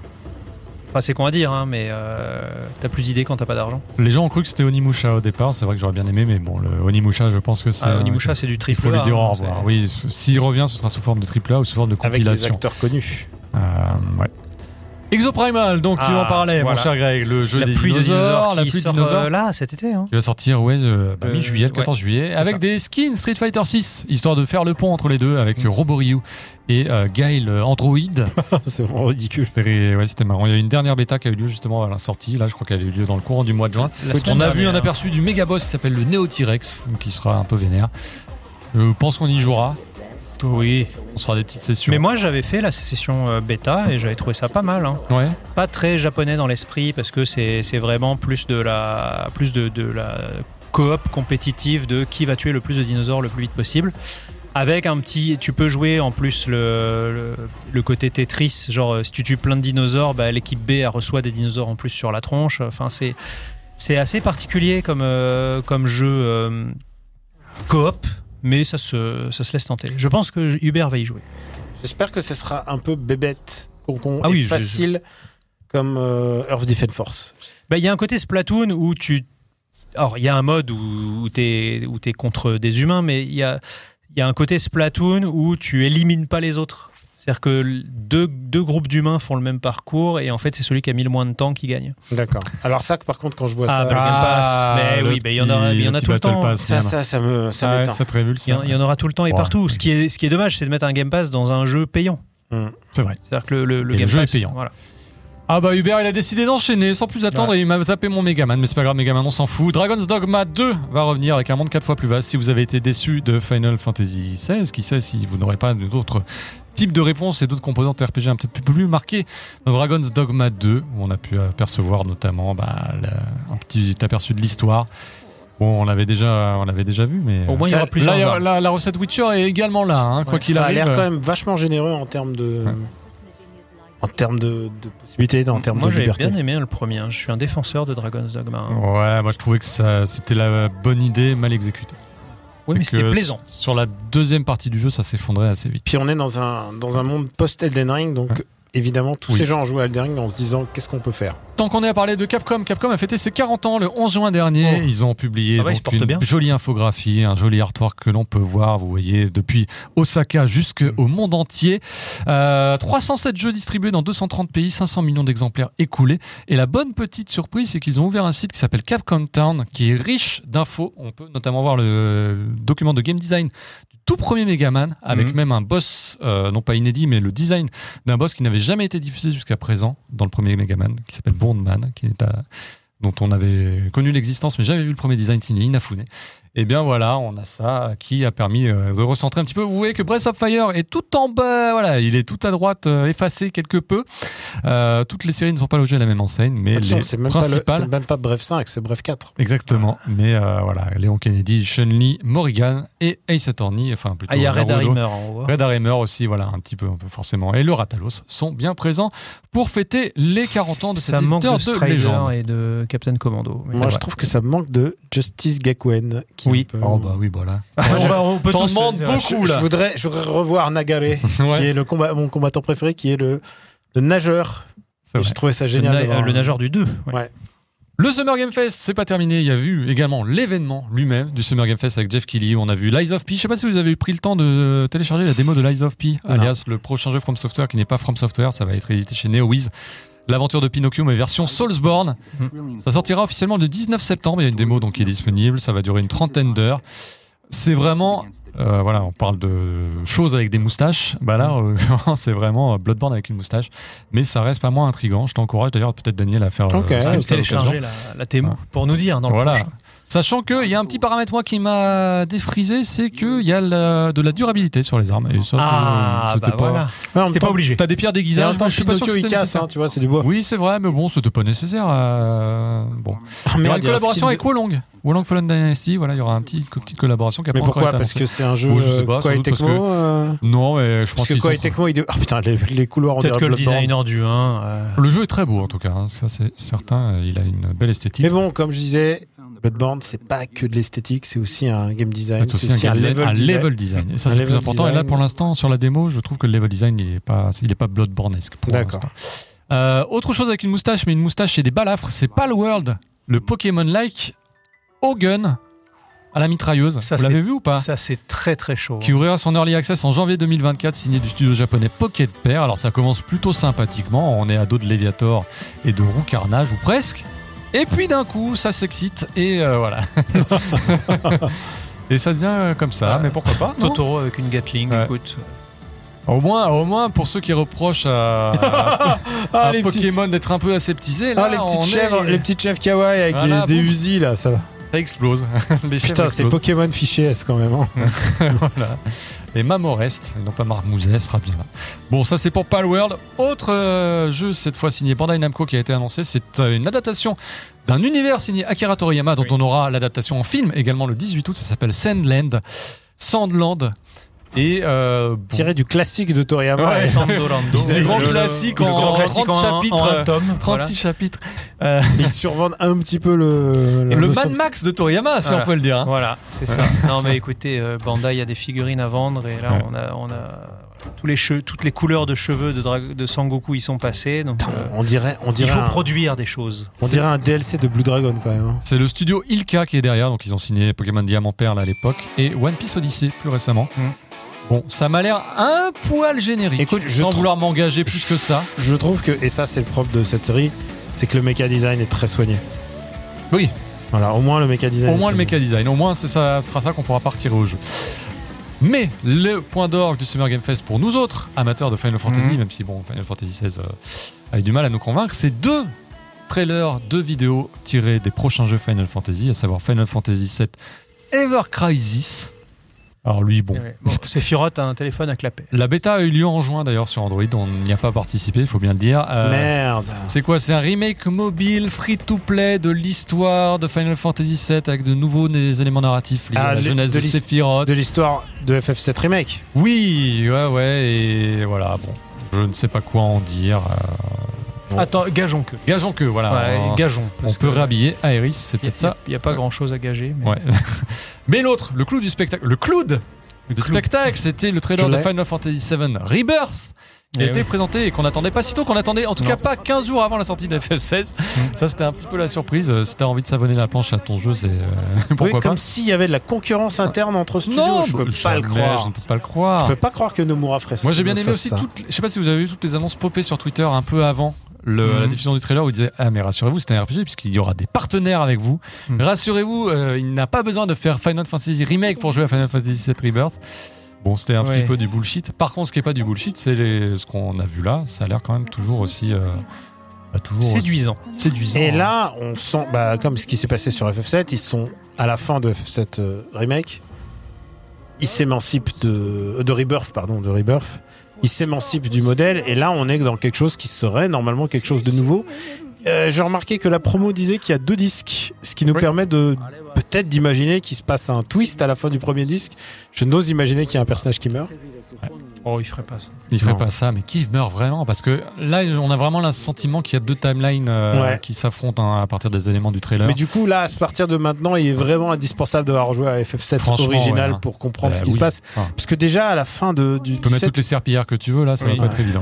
Enfin c'est con à dire, hein, mais euh, t'as plus d'idées quand t'as pas d'argent.
Les gens ont cru que c'était Onimusha au départ, c'est vrai que j'aurais bien aimé, mais bon, le Onimusha, je pense que c'est.
Ah,
un-
Onimusha c'est du
Il
triple.
faut lui
A,
dire
hein,
au
c'est-
revoir. Oui, s- s'il revient, ce sera sous forme de triple A ou sous forme de
Avec des
compilation.
acteurs connus.
Euh, ouais. Exoprimal, donc tu en
Ah,
parlais,
voilà.
mon cher Greg, le jeu
La
des
pluie de
dinosaures,
dinosaures
la
qui
pluie de
sort
dinosaures.
euh, là cet été. hein.
Qui va sortir, ouais, euh, bah,
Euh,
mi-juillet, le 14 juillet, avec
ça.
des skins Street Fighter 6, histoire de faire le pont entre les deux avec
Mm.
euh, Roboryu et euh, Guile euh, Android.
Ah, c'est vraiment ridicule.
C'était- ouais, c'était marrant. Il y a eu une dernière bêta qui a eu lieu justement à la sortie. Là, je crois qu'elle a eu lieu dans le courant du mois de juin.
La
On
semaine
a vu un
dernière.
aperçu du méga boss qui s'appelle le Neo T-Rex, donc qui sera un peu vénère. Je pense qu'on y jouera.
Oui.
On se fera des petites sessions.
Mais moi, j'avais fait la session euh, bêta et j'avais trouvé ça pas mal. hein.
Ouais.
Pas très japonais dans l'esprit parce que c'est c'est vraiment plus de la plus de, de la coop compétitive de qui va tuer le plus de dinosaures le plus vite possible. Avec un petit, tu peux jouer en plus le, le, le côté Tetris, genre euh, si tu tues plein de dinosaures, bah, l'équipe B elle reçoit des dinosaures en plus sur la tronche. Enfin, c'est c'est assez particulier comme euh, comme jeu euh, coop, mais ça se ça se laisse tenter. Je pense que Hubert va y jouer.
J'espère que ce sera un peu bébête, qu'on qu'on-
Ah
et
oui, je-
facile, comme euh, Earth Defense Force.
Bah, Il y a un côté Splatoon où tu. Alors, il y a un mode où, où tu es, contre des humains, mais il y a, il y a un côté Splatoon où tu élimines pas les autres. C'est-à-dire que l- deux, deux groupes d'humains font le même parcours et en fait, c'est celui qui a mis le moins de temps qui gagne.
D'accord. Alors ça, par contre, quand je vois
Ah,
ça,
bah,
ça-
Game Pass. Mais
Ah, le
oui, bah, il y en a-
petit-
il y en a
petit
tout le
Battle
temps.
Pass,
ça,
même.
ça, ça me, ça
Ah ouais,
m'éteint.
ça te révulse.
Il y, en- il y en aura tout le temps et
Ouais.
partout. Ce qui est, ce qui est dommage, c'est de mettre un Game Pass dans un jeu payant.
Mm.
C'est vrai.
C'est-à-dire que le, le,
Et le
Game
jeu
Pass,
est payant.
Voilà.
Ah bah Hubert il a décidé d'enchaîner sans plus attendre et il m'a tapé mon Megaman mais c'est pas grave Megaman on s'en fout. Dragon's Dogma 2 va revenir avec un monde 4 fois plus vaste si vous avez été déçu de Final Fantasy XVI qui sait si vous n'aurez pas d'autres types de réponses et d'autres composantes RPG un petit peu plus marquées dans Dragon's Dogma 2 où on a pu apercevoir notamment bah, le- un petit aperçu de l'histoire. Bon on l'avait déjà on l'avait déjà vu mais
Au moins, il y
Ça-
aura
Là,
plusieurs.
il y a-
armes.
la, la recette Witcher est également là hein, quoi qu'il
ça
arrive.
a l'air quand même vachement généreux en termes de, en termes de, de possibilités, en termes
Moi,
de
j'ai
liberté.
bien aimé le premier. hein. Je suis un défenseur de Dragon's Dogma. hein.
Ouais, moi je trouvais que ça- c'était la bonne idée mal exécutée.
Oui,
Et
mais c'était
que
plaisant.
Sur la deuxième partie du jeu, ça s'effondrait assez vite.
Puis on est dans un dans un monde post Elden Ring, donc
Ouais.
évidemment tous
Oui.
ces gens ont joué à Elden Ring en se disant qu'est-ce qu'on peut faire.
Tant qu'on est à parler de Capcom, Capcom a fêté ses 40 ans le 11 juin dernier.
Oh.
Ils ont publié
Ah ouais, ils
donc,
se portent
une
bien.
jolie infographie, un joli artwork que l'on peut voir, vous voyez, depuis Osaka
Mm.
jusqu'au monde entier. Euh, 307 jeux distribués dans 230 pays, 500 millions d'exemplaires écoulés. Et la bonne petite surprise, c'est qu'ils ont ouvert un site qui s'appelle Capcom Town, qui est riche d'infos. On peut notamment voir le document de game design du tout premier Megaman, avec
Mhm.
même un boss, euh, non pas inédit, mais le design d'un boss qui n'avait jamais été diffusé jusqu'à présent dans le premier Megaman, qui s'appelle Bourneman, qui est à- dont on avait connu l'existence, mais jamais vu le premier design signé Inafune. Et bien voilà, on a ça qui a permis euh, de recentrer un petit peu. Vous voyez que Breath of Fire est tout en bas, voilà, il est tout à droite, euh, effacé quelque peu. Euh, toutes les séries ne sont pas logées à la même enseigne, mais
De toute façon,
les
C'est même, pas le-
principales.
c'est même pas Bref 5, c'est Bref 4.
Exactement, mais euh, voilà, Léon Kennedy, Chun-Li, Morrigan et Ace Attorney, enfin plutôt
Ah, il y a Red
Naruto.
Arimer en haut.
Red Hammer aussi, voilà, un petit peu, un peu forcément. Et le Ratalos sont bien présents pour fêter les 40 ans de cet
Ça manque
éditeur
de
de,
Strider hein,
légende.
et de Captain Commando. Mais
Moi, je
c'est
trouve que ça manque de Justice Gakuen. Qui
Oui.
est un peu-
Oh bah oui, voilà.
vrai.
Moi, je-
On va- on peut
T'en
tous-
demandes
euh,
beaucoup
je,
là.
voudrais, je voudrais revoir Nagare, qui
Ouais,
est le combat, mon combattant préféré, qui est le, le nageur.
c'est vrai.
Et
euh,
J'ai trouvé ça
Le,
génial. hein.
na-
d'avoir-
le nageur du 2.
Ouais.
Le Summer Game Fest, c'est pas terminé. Il y a eu également l'événement lui-même du Summer Game Fest avec Jeff Keighley. On a vu Lies of P. Je sais pas si vous avez pris le temps de télécharger la démo de Lies of P, alias le prochain jeu From Software qui n'est pas From Software. Ça va être édité chez NeoWiz. L'aventure de Pinocchio, mais version Soulsborne. Ça sortira officiellement le 19 septembre. Il y a une démo donc qui est disponible. Ça va durer une trentaine d'heures. C'est vraiment, euh, voilà, on parle de choses avec des moustaches. Bah là, euh, c'est vraiment Bloodborne avec une moustache. Mais ça reste pas moins intriguant. Je t'encourage d'ailleurs peut-être Daniel à faire. euh,
Ok,
ça,
ouais,
à l'occasion.
Télécharger la, la démo pour nous dire dans le
Voilà.
prochain.
Sachant qu'il y a un petit paramètre moi qui m'a défrisé, c'est qu'il y a la- de la durabilité sur les armes. Et ça,
Ah,
euh,
bah
c'était pas.
voilà.
Ouais, en même
C'était pas
temps,
obligé.
T'as des pires
et en
déguisages,
même temps,
moi, je suis pas sûr que
Pinocchio, il
c'était
casse, hein,
nécessaire.
tu vois, c'est du bois.
Oui, c'est vrai, mais bon, c'était pas nécessaire. euh, Bon.
Mais
Mais la collaboration avec Wolong. Wolong Fallen Dynasty, voilà, il y aura une petite, petite collaboration qui a
Mais
pas encore
pourquoi
été
Parce que
annoncée.
c'est un jeu
Bon, je sais
euh,
pas, sans
Koei
doute parce
Tecmo.
que-
euh,
Non, mais je pense
Parce que
qu'ils
Koei
sont-
Tecmo, il dit- Ah putain, les, les couloirs ont
Peut-être que le
Bloodborne.
designer du 1. euh,
Le jeu est très beau en tout cas, hein, ça c'est certain, il a une belle esthétique.
Mais bon, comme je disais, Bloodborne, c'est pas que de l'esthétique, c'est aussi un game design,
C'est aussi un, game design,
level
un
design.
level design. Et ça,
Un
c'est le plus
level
important. Et là,
design.
pour l'instant, sur la démo, je trouve que le level design, il n'est pas, il est pas Bloodborne-esque pour
D'accord.
l'instant. Euh, autre chose avec une moustache, mais une moustache chez des balafres, c'est Palworld, le Pokémon-like au gun, à la mitrailleuse.
Ça,
Vous
c'est-
l'avez vu ou pas
Ça, c'est très très chaud. hein.
qui ouvrira son early access en janvier 2024, signé du studio japonais Pocket Pair. Alors ça commence plutôt sympathiquement, on est à dos de Léviator et de Roux Carnage, ou presque. Et puis d'un coup, ça s'excite et euh, voilà. et ça devient euh, comme ça,
Ouais.
mais pourquoi pas non
Totoro avec une Gatling,
Ouais.
écoute.
au moins, au moins pour ceux qui reprochent à, à- à
Ah, les petits,
Pokémon d'être un peu aseptisé, là
ah, les petites
on est-
chèvres, les petites chèvres kawaii avec
Voilà,
des, des
boum.
Uzi, là, ça va.
ça explose. les chèvres
Putain, c'est
explosent.
Pokémon fiché S quand même. hein.
Les Mamorest, et non pas Marc Mouzet, sera bien là. Bon, ça c'est pour Palworld. Autre euh, jeu, cette fois signé Bandai Namco, qui a été annoncé, c'est euh, une adaptation d'un univers signé Akira Toriyama, dont on aura l'adaptation en film également le 18 août. Ça s'appelle Sandland. Sandland. Et euh, bon,
Tiré du classique de Toriyama.
Ouais. Sandolando.
C'est le grand
classique
Le
en
grand classique
30 chapitres.
en un tome,
36
voilà.
chapitres.
Ils survendent un petit peu le.
Le,
son-
Mad Max de Toriyama, si
Voilà.
on peut le dire. hein.
Voilà, c'est ça. non, mais écoutez, euh, Bandai, il y a des figurines à vendre et là, on a, on a tous les cheveux, toutes les couleurs de cheveux de, Dra- de Sangoku y sont passées. Donc, euh,
On dirait, on
il
dirait,
faut
un,
produire des choses.
on dirait un DLC de Blue Dragon quand même. hein.
C'est le studio Ilka qui est derrière, donc ils ont signé Pokémon Diamant Perle à l'époque et One Piece Odyssey plus récemment.
Mm.
Bon, ça m'a l'air un poil générique.
Écoute, je
sans
trou-
vouloir m'engager plus que ça.
Je trouve que, et ça c'est le propre de cette série, c'est que le méca design est très soigné.
Oui.
Voilà, au moins le méca design.
Au moins le
méca
méca design, au moins c'est ça ce sera ça qu'on pourra partir au jeu. Mais le point d'orgue du Summer Game Fest pour nous autres amateurs de Final Fantasy,
Mm.
Mhm.
même si bon Final Fantasy XVI euh, a eu du mal à nous convaincre, c'est deux trailers, deux vidéos tirées des prochains jeux Final Fantasy, à savoir Final Fantasy VII Ever Crisis. Alors lui,
Eh
bon,
Ouais, bon, c'est Firotte a un téléphone à clapet.
La bêta a eu lieu en juin d'ailleurs sur Android, on n'y a pas participé, il faut bien le dire. Euh,
Merde.
C'est quoi C'est un remake mobile, free-to-play de l'histoire de Final Fantasy VII avec de nouveaux des éléments narratifs liés
Ah,
à la
le-
jeunesse
de
de,
l'his-
Sephiroth.
De l'histoire de FF7 Remake.
Oui, ouais, ouais, et voilà, bon, je ne sais pas quoi en dire. euh, Bon.
Attends, gageons que.
gageons que, voilà.
Ouais,
on-
gageons.
on
parce
peut
que
rhabiller Aeris, c'est
y a-
peut-être ça.
Il n'y a pas grand chose à gager. mais-
Ouais. Mais l'autre, le clou du spectacle, le cloud du
Clou.
spectacle, c'était le trailer
Je
de
l'ai.
Final Fantasy VII Rebirth qui a
Eh
été
oui.
présenté et qu'on attendait pas si tôt, qu'on attendait en tout
Non.
cas pas 15 jours avant la sortie de FF16.
Mm.
Ça, c'était un petit peu la surprise. Euh, Si t'as envie de savonner la planche à ton jeu, c'est euh, pourquoi
oui,
pas.
comme s'il y avait de la concurrence interne entre studios. je
bah,
peux pas
jamais,
le croire.
Je ne peux pas le
Je
croire.
peux pas croire que Nomura ferait ça.
Moi, j'ai bien aimé
fasse
aussi
ça.
toutes. les- Je sais pas si vous avez vu toutes les annonces popées sur Twitter un peu avant. le-
Mhm.
La diffusion du trailer où il disait Ah, mais rassurez-vous, c'est un RPG puisqu'il y aura des partenaires avec vous.
Mhm.
Rassurez-vous, euh, il n'a pas besoin de faire Final Fantasy Remake pour jouer à Final Fantasy VII Rebirth. Bon, c'était un
Ouais.
petit peu du bullshit. Par contre, ce qui est pas du bullshit, c'est les- ce qu'on a vu là. Ça a l'air quand même toujours aussi. euh, bah, toujours aussi
Séduisant.
séduisant.
Et
hein.
là, on sent, bah, comme ce qui s'est passé sur FF7, ils sont à la fin de FF7 euh, Remake. Ils s'émancipent de, de Rebirth, pardon, de Rebirth. Ils s'émancipent du modèle. Et là, on est dans quelque chose qui serait normalement quelque chose de nouveau. Euh, J'ai remarqué que la promo disait qu'il y a deux disques, ce qui nous
Oui.
permet de peut-être d'imaginer qu'il se passe un twist à la fin du premier disque. Je n'ose imaginer qu'il y a un personnage qui meurt.
Oh, il ferait pas ça.
Il ferait
Non.
pas ça, mais qui meurt vraiment Parce que là, on a vraiment le sentiment qu'il y a deux timelines euh,
Ouais.
qui s'affrontent hein, à partir des éléments du trailer.
Mais du coup, là, à se partir de maintenant, il est vraiment indispensable d'avoir joué à FF7
Franchement,
original
ouais, hein.
pour comprendre
Euh,
ce qui
oui.
se passe.
Enfin.
Parce que déjà, à la fin de, du,
tu peux
du
mettre
set,
toutes les serpillères que tu veux là, ça
Oui.
va pas être évident.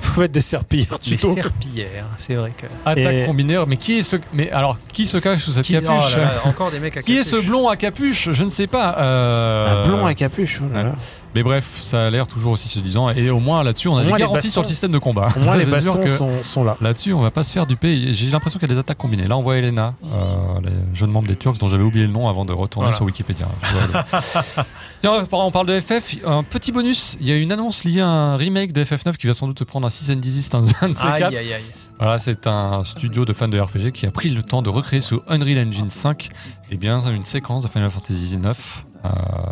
faut mettre des serpillères
Les
tuto.
serpillères, c'est vrai que.
Attaque
Et-
combinée, mais qui est ce mais alors qui se cache sous cette
Qui- oh
capuche
là là, encore des mecs à
Qui est
capuche.
ce blond à capuche Je ne sais pas. euh,
Un blond à capuche. oh là là.
Mais bref, ça a l'air toujours aussi séduisant et au moins là-dessus, on
Au
a des
moins, les
garanties
bastons-
sur le système de combat.
Au moins,
Ça,
les
c'est sûr
bastons
que
sont, sont là.
Là-dessus, on va pas se faire du pays. J'ai l'impression qu'il y a des attaques combinées. Là, on voit Elena, euh, la jeune membre des Turcs dont j'avais oublié le nom avant de retourner
Voilà.
sur Wikipédia. Je dois aller. Tiens, on parle de FF. Un petit bonus, il y a une annonce liée à un remake de FF9 qui va sans doute se prendre un 6 and Desist, un un de ces quatre.
Aïe, aïe, aïe.
Voilà, c'est un studio de fans de RPG qui a pris le temps de recréer sous Unreal Engine 5 eh bien, une séquence de Final Fantasy IX. Euh,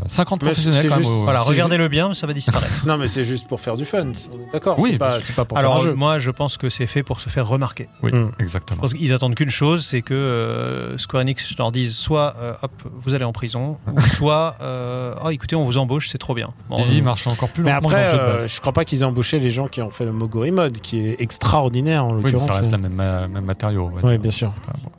50
Mais
professionnels
c'est
quand même.
juste-
au-
Voilà,
C'est
regardez-le bien, ça va disparaître.
Non, mais c'est juste pour faire du fun. on est D'accord.
Oui,
c'est pas,
parce-
c'est pas pour
Alors,
faire un jeu.
moi, je pense que c'est fait pour se faire remarquer.
Oui,
Mm.
exactement.
Je pense qu'ils attendent qu'une chose, c'est que euh, Square Enix leur dise soit euh, hop, vous allez en prison, ou soit euh, oh, écoutez, on vous embauche, c'est trop bien. Bon, euh,
Didi marche encore plus
hmm. Mais
lentement
après,
dans le jeu de
euh,
base.
je crois pas qu'ils aient embauché les gens qui ont fait le Mogori Mode, qui est extraordinaire
Oui,
en
mais
l'occurrence.
ça reste le même, euh, même matériau. on va
Oui,
dire.
bien sûr.
C'est pas- bon.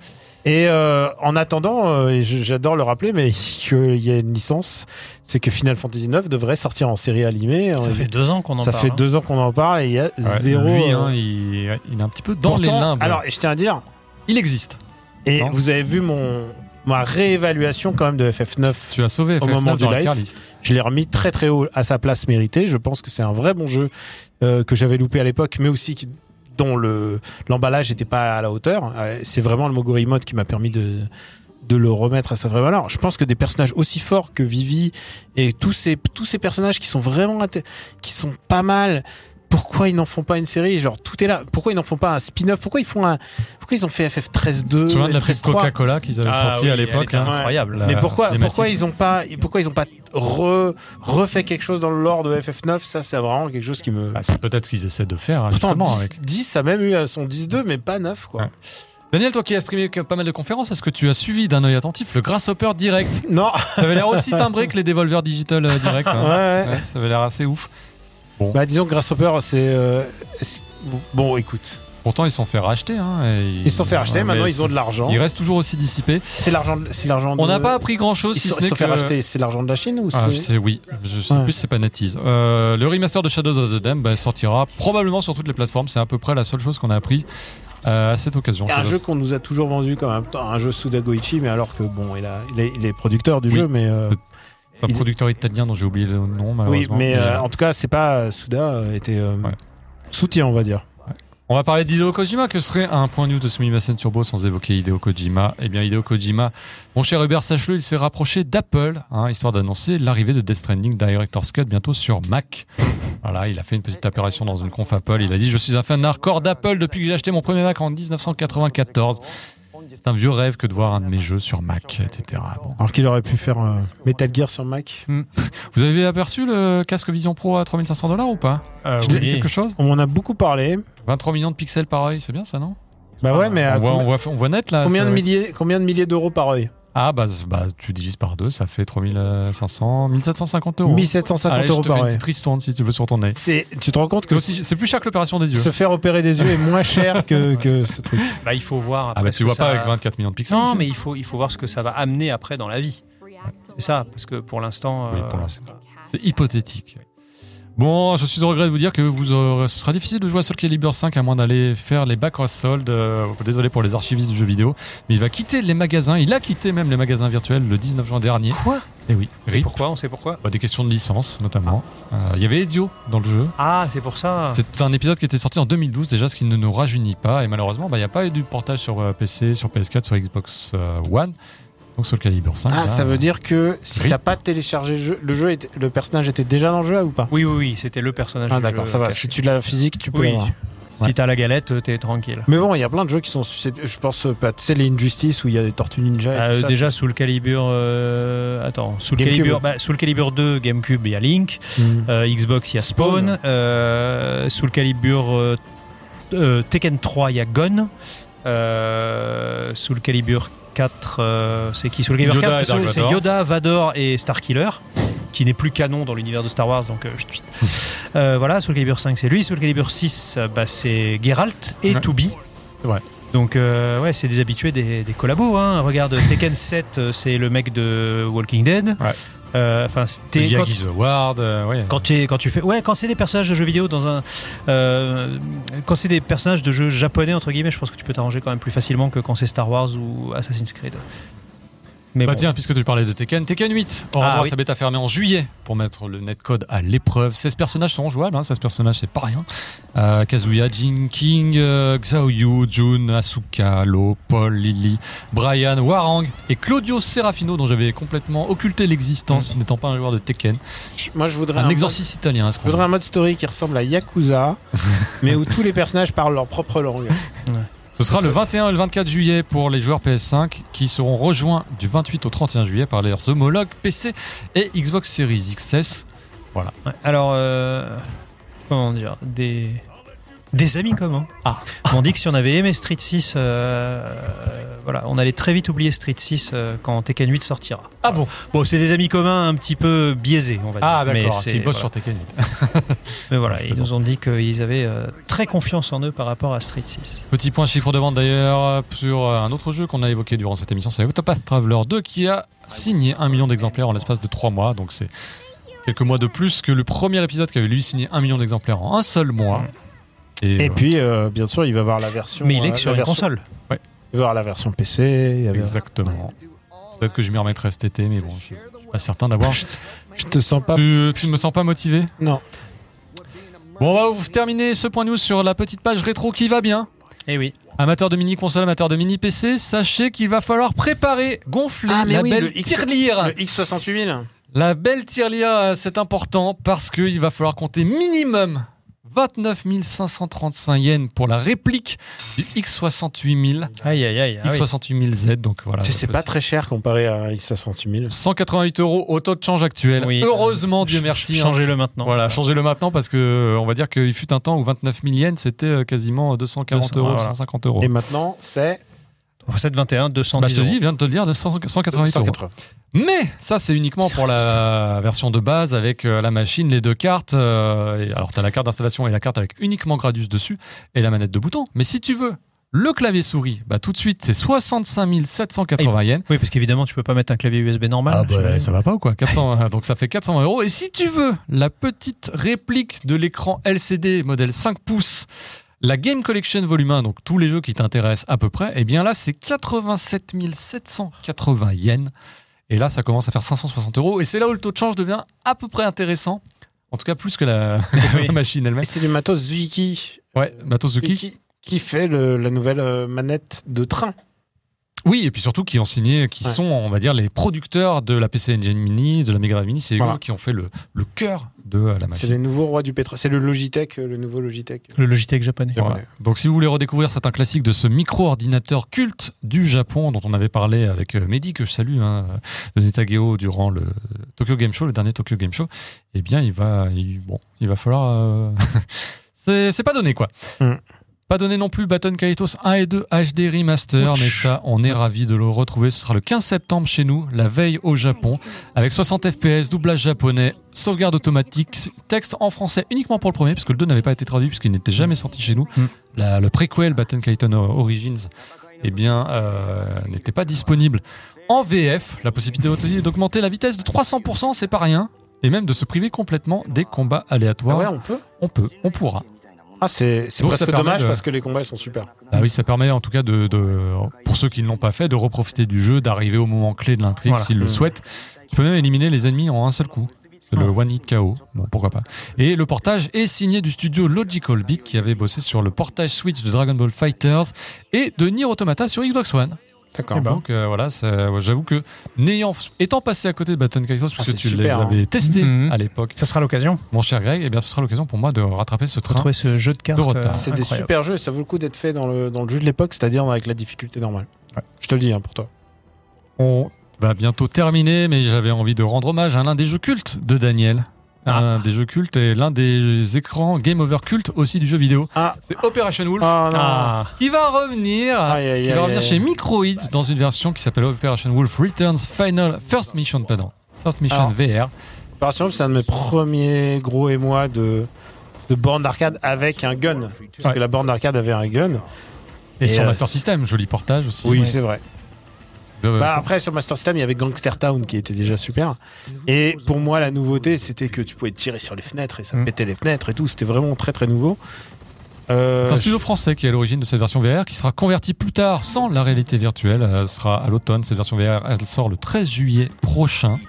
Et euh, en attendant, euh, et je- j'adore le rappeler, mais qu'il y a une licence, c'est que Final Fantasy IX devrait sortir en série animée.
ça
On-
fait deux ans qu'on en
ça
parle.
fait
hein.
deux ans qu'on en parle et il y a
Ouais,
zéro.
Lui,
euh,
hein, il, ouais, il est un petit peu dans les
pourtant-
limbes.
Alors, je tiens à dire,
il existe.
et
Non.
vous avez vu mon ma réévaluation quand même de FF9
Tu as sauvé
Au
FF9
moment du
dans la
live.
tier list.
Je l'ai remis très très haut à sa place méritée. Je pense que c'est un vrai bon jeu euh, que j'avais loupé à l'époque, mais aussi qui- dont le l'emballage n'était pas à la hauteur. Euh, C'est vraiment le Mogori Mode qui m'a permis de de le remettre à sa vraie valeur. Je pense que des personnages aussi forts que Vivi et tous ces tous ces personnages qui sont vraiment inté- qui sont pas mal. Pourquoi ils n'en font pas une série Genre tout est là. Pourquoi ils n'en font pas un spin-off Pourquoi ils font un Pourquoi ils ont fait FF13-2
Tu te souviens de la pub
13-3
Coca-Cola qu'ils avaient
Ah
sorti
oui,
à
elle
l'époque
était
hein
incroyable.
La-
mais pourquoi,
cinématique.
pourquoi ils ont pas, pourquoi ils ont pas re- refait quelque chose dans le lore de FF9, ça c'est vraiment quelque chose qui me...
Bah, c'est peut-être ce qu'ils essaient de faire, hein,
Pourtant,
justement.
10,
avec-
10 a même eu à son 10-2, mais pas 9, quoi.
Ouais. Daniel, toi qui as streamé pas mal de conférences, est-ce que tu as suivi d'un œil attentif le Grasshopper Direct
Non,
Ça avait l'air aussi timbré que les Devolver Digital euh, Direct.
ouais,
hein.
ouais.
Ouais, ça avait l'air assez ouf.
Bah, disons que Grasshopper, c'est... euh, c'est- Bon, écoute.
Pourtant, ils se sont fait racheter. hein, et
Ils se sont fait racheter,
Ouais,
maintenant
mais
ils ont de l'argent.
Ils restent toujours aussi dissipés.
C'est l'argent de- c'est l'argent
On
de-
n'a pas appris grand-chose
Ils
si
se
ce
ils
n'est
se sont fait
que...
racheter, c'est l'argent de la Chine ou
Ah, je
c'est...
sais, oui. Je sais
Ouais.
plus si c'est pas NetEase. Euh, le remaster de Shadows of the Dam bah, sortira probablement sur toutes les plateformes. C'est à peu près la seule chose qu'on a appris euh, à cette occasion.
Un
Shadows.
jeu qu'on nous a toujours vendu comme un, un jeu sous Dagoichi, mais alors que bon, il, a, il, est, il est producteur du
Oui,
jeu, mais euh,
C'est un
il-
producteur italien dont j'ai oublié le nom,
oui,
malheureusement.
mais
Mais,
euh,
euh,
en tout cas, c'est pas Souda euh, était euh,
Ouais.
soutien, on va dire.
On va parler d'Hideo Kojima, que serait un point news de ce Mimasen Turbo sans évoquer Hideo Kojima. Eh bien, Hideo Kojima, mon cher Hubert Sacheleux, il s'est rapproché d'Apple, hein, histoire d'annoncer l'arrivée de Death Stranding Director's Cut bientôt sur Mac. Voilà, il a fait une petite apparition dans une conf Apple. Il a dit Je suis un fan hardcore d'Apple depuis que j'ai acheté mon premier Mac en 1994. C'est un vieux rêve que de voir un de mes jeux sur Mac, etc. Bon.
Alors qu'il aurait pu faire euh, Metal Gear sur Mac.
Vous avez aperçu le casque Vision Pro à 3500 dollars ou pas
Euh,
J'ai
oui.
dit quelque chose
On en a beaucoup parlé.
23 millions de pixels par œil, c'est bien ça, non
Bah ouais, mais à
on voit,
com-
on, voit, on voit net là.
combien,
ça-
de milliers, combien de milliers d'euros par œil
Ah bah, z- bah, tu divises par deux, ça fait 3500, 1750 euros.
1750
Oh. Allez, je
euros
te fais
par
une
œil.
petite ristourne si tu veux sur ton nez.
C'est, tu te rends compte
C'est
que
aussi- c'est plus cher que l'opération des yeux.
se faire opérer des yeux est moins cher que, que ce truc. hein.
Bah, il faut voir.
Ah
après
bah
ce
tu
que
vois
ça-
pas avec 24 millions de pixels.
Non,
c'est-
mais il faut, il faut voir ce que ça va amener après dans la vie. C'est ça, parce que pour l'instant.
Oui,
euh,
pour l'instant. C'est hypothétique. Bon, je suis au regret de vous dire que vous aurez- ce sera difficile de jouer à Soul Calibur 5 à moins d'aller faire les back soldes. Euh, désolé pour les archivistes du jeu vidéo, mais il va quitter les magasins. Il a quitté même les magasins virtuels le 19 juin dernier.
Quoi
Et oui, RIP.
Pourquoi On sait pourquoi
Bah, des questions de licence notamment. Euh, Il y avait Ezio dans le jeu.
Ah, c'est pour ça.
C'est un épisode qui était sorti en 2012 déjà, ce qui ne nous rajeunit pas. Et malheureusement, bah, il n'y a pas eu du portage sur euh, PC, sur PS4, sur Xbox euh, One. Donc sur le calibre 5.
Ah,
là,
ça
euh,
veut dire que si
Rip.
t'as pas téléchargé le jeu, le, jeu était- le personnage était déjà dans le jeu ou pas
Oui, oui, oui, c'était le personnage.
Ah
du
d'accord,
jeu
ça va.
caché.
Si tu l'as physique, tu peux.
Oui.
l'avoir.
Ouais.
Si t'as la galette, t'es tranquille.
Mais bon, il y a plein de jeux qui sont. susceptibles- Je pense, euh, bah, tu sais, les Injustice où il y a des Tortues Ninja. Et
Ah,
Euh,
tout ça,
déjà sous le calibre, euh, attends, sous le
GameCube.
calibre, bah, sous le calibre 2, GameCube, il y a Link,
Mm.
Euh, Xbox, il y a Spawn,
Spawn.
Euh, sous le calibre euh, euh, Tekken 3, il y a Gun, Euh, sous le calibre 4, euh, c'est qui sous le calibre
Yoda
4,
et Dark
sous- c'est
Vador.
Yoda, Vador et Starkiller qui n'est plus canon dans l'univers de Star Wars donc euh, je tweet. Euh, voilà sous le calibre 5 c'est lui sous le calibre 6 euh, bah, c'est Geralt et
Ouais.
Toubi
C'est vrai.
donc euh, ouais c'est des habitués des, des collabos hein. regarde Tekken 7 euh, c'est le mec de Walking Dead
Ouais.
Euh, enfin c'était
le
quand-
Yagis Award. euh, ouais.
quand tu, es- quand tu fais ouais quand c'est des personnages de jeux vidéo dans un euh, quand c'est des personnages de jeux japonais entre guillemets je pense que tu peux t'arranger quand même plus facilement que quand c'est Star Wars ou Assassin's Creed mais
Bah
bon.
tiens, puisque tu parlais de Tekken, Tekken 8 aura
Ah,
droit à
oui.
sa bêta fermée en juillet pour mettre le netcode à l'épreuve. 16 personnages seront jouables, hein, 16 personnages c'est pas rien. Euh, Kazuya, Jin, King, euh, Xiao Yu, Jun, Asuka, Lo, Paul, Lily, Brian, Warang et Claudio Serafino dont j'avais complètement occulté l'existence n'étant pas un joueur de Tekken.
Moi, je voudrais
Un
un,
exorciste italien, est-ce
mode- je
qu'on
voudrais un mode story qui ressemble à Yakuza, mais où tous les personnages parlent leur propre langue.
Ce sera le 21 et le 24 juillet pour les joueurs PS5 qui seront rejoints du 28 au 31 juillet par leurs homologues PC et Xbox Series XS.
Ouais, alors, euh, comment dire, des, des amis communs
Ah.
m'ont dit que si on avait aimé Street 6, euh, euh, voilà, on allait très vite oublier Street 6 euh, quand Tekken 8 sortira.
Ah bon
Bon, c'est des amis communs un petit peu biaisés, on va dire.
Ah
mais
d'accord,
c'est-
qui bossent
voilà.
sur Tekken 8.
Mais voilà,
Je
ils
plaisante.
nous ont dit qu'ils avaient euh, très confiance en eux par rapport à Street 6.
Petit point chiffre de vente d'ailleurs euh, sur euh, un autre jeu qu'on a évoqué durant cette émission, c'est Autopath Traveler 2 qui a signé un million d'exemplaires en l'espace de 3 mois. Donc c'est quelques mois de plus que le premier épisode qui avait lui signé un million d'exemplaires en un seul mois.
Et
euh,
puis, euh, bien sûr, il va voir la version.
Mais il est
euh,
que sur
la
une
version-
console.
Il va voir la version PC. il va-
exactement. Peut-être que je m'y remettrai cet été, mais bon, je suis pas certain d'avoir.
Je te sens pas.
tu, tu ne me sens pas motivé
Non.
Bon, on va vous terminer ce point news sur la petite page rétro qui va bien.
Eh oui.
Amateur de mini console, amateur de mini PC, sachez qu'il va falloir préparer, gonfler
Ah, mais
la
oui,
belle
le X-
tirelire.
X68000 Ah,
La belle tirelire, euh, c'est important parce qu'il va falloir compter minimum 29 535 yens pour la réplique du X68000,
Aïe, aïe, aïe. ah oui.
X68000Z. Donc voilà.
Tu sais, c'est pas très cher comparé à un X68000.
188 euros au taux de change actuel.
Oui.
Heureusement, Dieu
Ch-
merci. hein.
Changez-le maintenant.
Voilà, changez-le maintenant parce que euh, on va dire qu'il fut un temps où 29 000 yens c'était euh, quasiment 240
200,
euros,
ah, voilà.
150 euros.
Et maintenant, c'est
721, 210
Bah, je te
euros.
dis, vient de te le dire, de 100 188 euros.
180.
Mais ça, c'est uniquement pour la version de base avec euh, la machine, les deux cartes. euh, et alors, tu as la carte d'installation et la carte avec uniquement Gradius dessus et la manette de bouton. Mais si tu veux le clavier souris, bah, tout de suite, c'est 65 780 yens.
Oui, parce qu'évidemment, tu peux pas mettre un clavier USB normal. j'imagine.
ça va pas ou quoi 400, Donc, ça fait 400 euros. Et si tu veux la petite réplique de l'écran LCD modèle 5 pouces, la Game Collection Volume 1, donc tous les jeux qui t'intéressent à peu près, et bien là, c'est 87 780 yens. Et là, ça commence à faire 560 euros. Et c'est là où le taux de change devient à peu près intéressant. En tout cas, plus que la, que la
Oui.
machine
Et
elle-même.
c'est du matos Zuiki.
Ouais, Matosuki.
Qui, qui fait le- la nouvelle euh, manette de train.
Oui, et puis surtout qui ont signé, qui
Ouais.
sont, on va dire, les producteurs de la PC Engine Mini, de la Mega Drive Mini. C'est
Voilà.
eux qui ont fait le, le cœur de euh, la machine.
C'est les nouveaux rois du pétrole. C'est le Logitech, euh, le nouveau Logitech.
Le Logitech japonais.
Voilà.
Japonais.
Donc si vous voulez redécouvrir, c'est un classique de ce micro-ordinateur culte du Japon dont on avait parlé avec euh, Mehdi, que je salue, hein, de Netageo durant le Tokyo Game Show, le dernier Tokyo Game Show. Eh bien, il va, il- bon, il va falloir... euh, c'est c'est pas donné, quoi.
Mm.
Pas donné non plus Baton Kaitos 1 et 2 HD Remaster,
Ouch.
mais ça, on est ravis de le retrouver. Ce sera le 15 septembre chez nous, la veille au Japon, avec 60 FPS, doublage japonais, sauvegarde automatique, texte en français uniquement pour le premier, puisque le 2 n'avait pas été traduit, puisqu'il n'était jamais sorti chez nous.
Hmm.
Mm.
La- le préquel Baton Kaiton Origins eh bien, euh, n'était pas disponible en VF. La possibilité aussi d'augmenter la vitesse de 300%, c'est pas rien. Et même de se priver complètement des combats aléatoires.
Ah ouais, on peut
On peut, on pourra.
Ah, c'est c'est
Donc, ça
presque
permet
dommage
de-
parce que les combats sont super.
Ah oui, ça permet en tout cas de, de- pour ceux qui ne l'ont pas fait, de reprofiter du jeu, d'arriver au moment clé de l'intrigue
Voilà.
s'ils le
Mm.
souhaitent. Tu peux même éliminer les ennemis en un seul coup. C'est le One Hit KO, bon, pourquoi pas. Et le portage est signé du studio Logical Beat qui avait bossé sur le portage Switch de Dragon Ball Fighters et de Nier Automata sur Xbox One.
Eh
D'accord.
ben.
Donc euh, voilà, ça- ouais, j'avoue que n'ayant étant passé à côté de Baton Kaitos
Ah,
parce
c'est
que tu
super,
les
hein.
avais testés
Mhm.
à l'époque,
Ça sera l'occasion
mon cher Greg, eh bien ce sera l'occasion pour moi de rattraper ce train.
retrouver ce jeu de cartes.
retard.
euh,
C'est des
incroyable.
super jeux, ça vaut le coup d'être fait dans le, dans le jeu de l'époque, c'est-à-dire avec la difficulté normale. Je te le dis hein, pour toi.
On va bientôt terminer, mais j'avais envie de rendre hommage à l'un des jeux cultes de Daniel.
Ah.
Un des jeux cultes et l'un des écrans Game Over culte aussi du jeu vidéo.
Ah.
C'est Operation Wolf
Ah non.
Ah,
qui va revenir.
Aïe, aïe,
qui va
aïe,
revenir
aïe.
chez Microids dans une version qui s'appelle Operation Wolf Returns Final First Mission, pardon, First Mission
Alors.
VR.
Opération Wolf, c'est un de mes premiers gros émois de, de borne d'arcade avec un gun. Parce
Ouais.
que la borne d'arcade avait un gun.
Et,
Et
sur
euh,
Master
c'est-
System, joli portage aussi.
Oui,
Ouais.
c'est vrai.
Euh,
Bah, après, sur Master System, il y avait Gangster Town qui était déjà super. Et pour moi, la nouveauté, c'était que tu pouvais tirer sur les fenêtres et ça
Mm.
pétait les fenêtres et tout. C'était vraiment très très nouveau. Euh,
C'est un studio français qui est à l'origine de cette version VR qui sera convertie plus tard sans la réalité virtuelle. Elle sera à l'automne. Cette version VR, elle sort le 13 juillet prochain.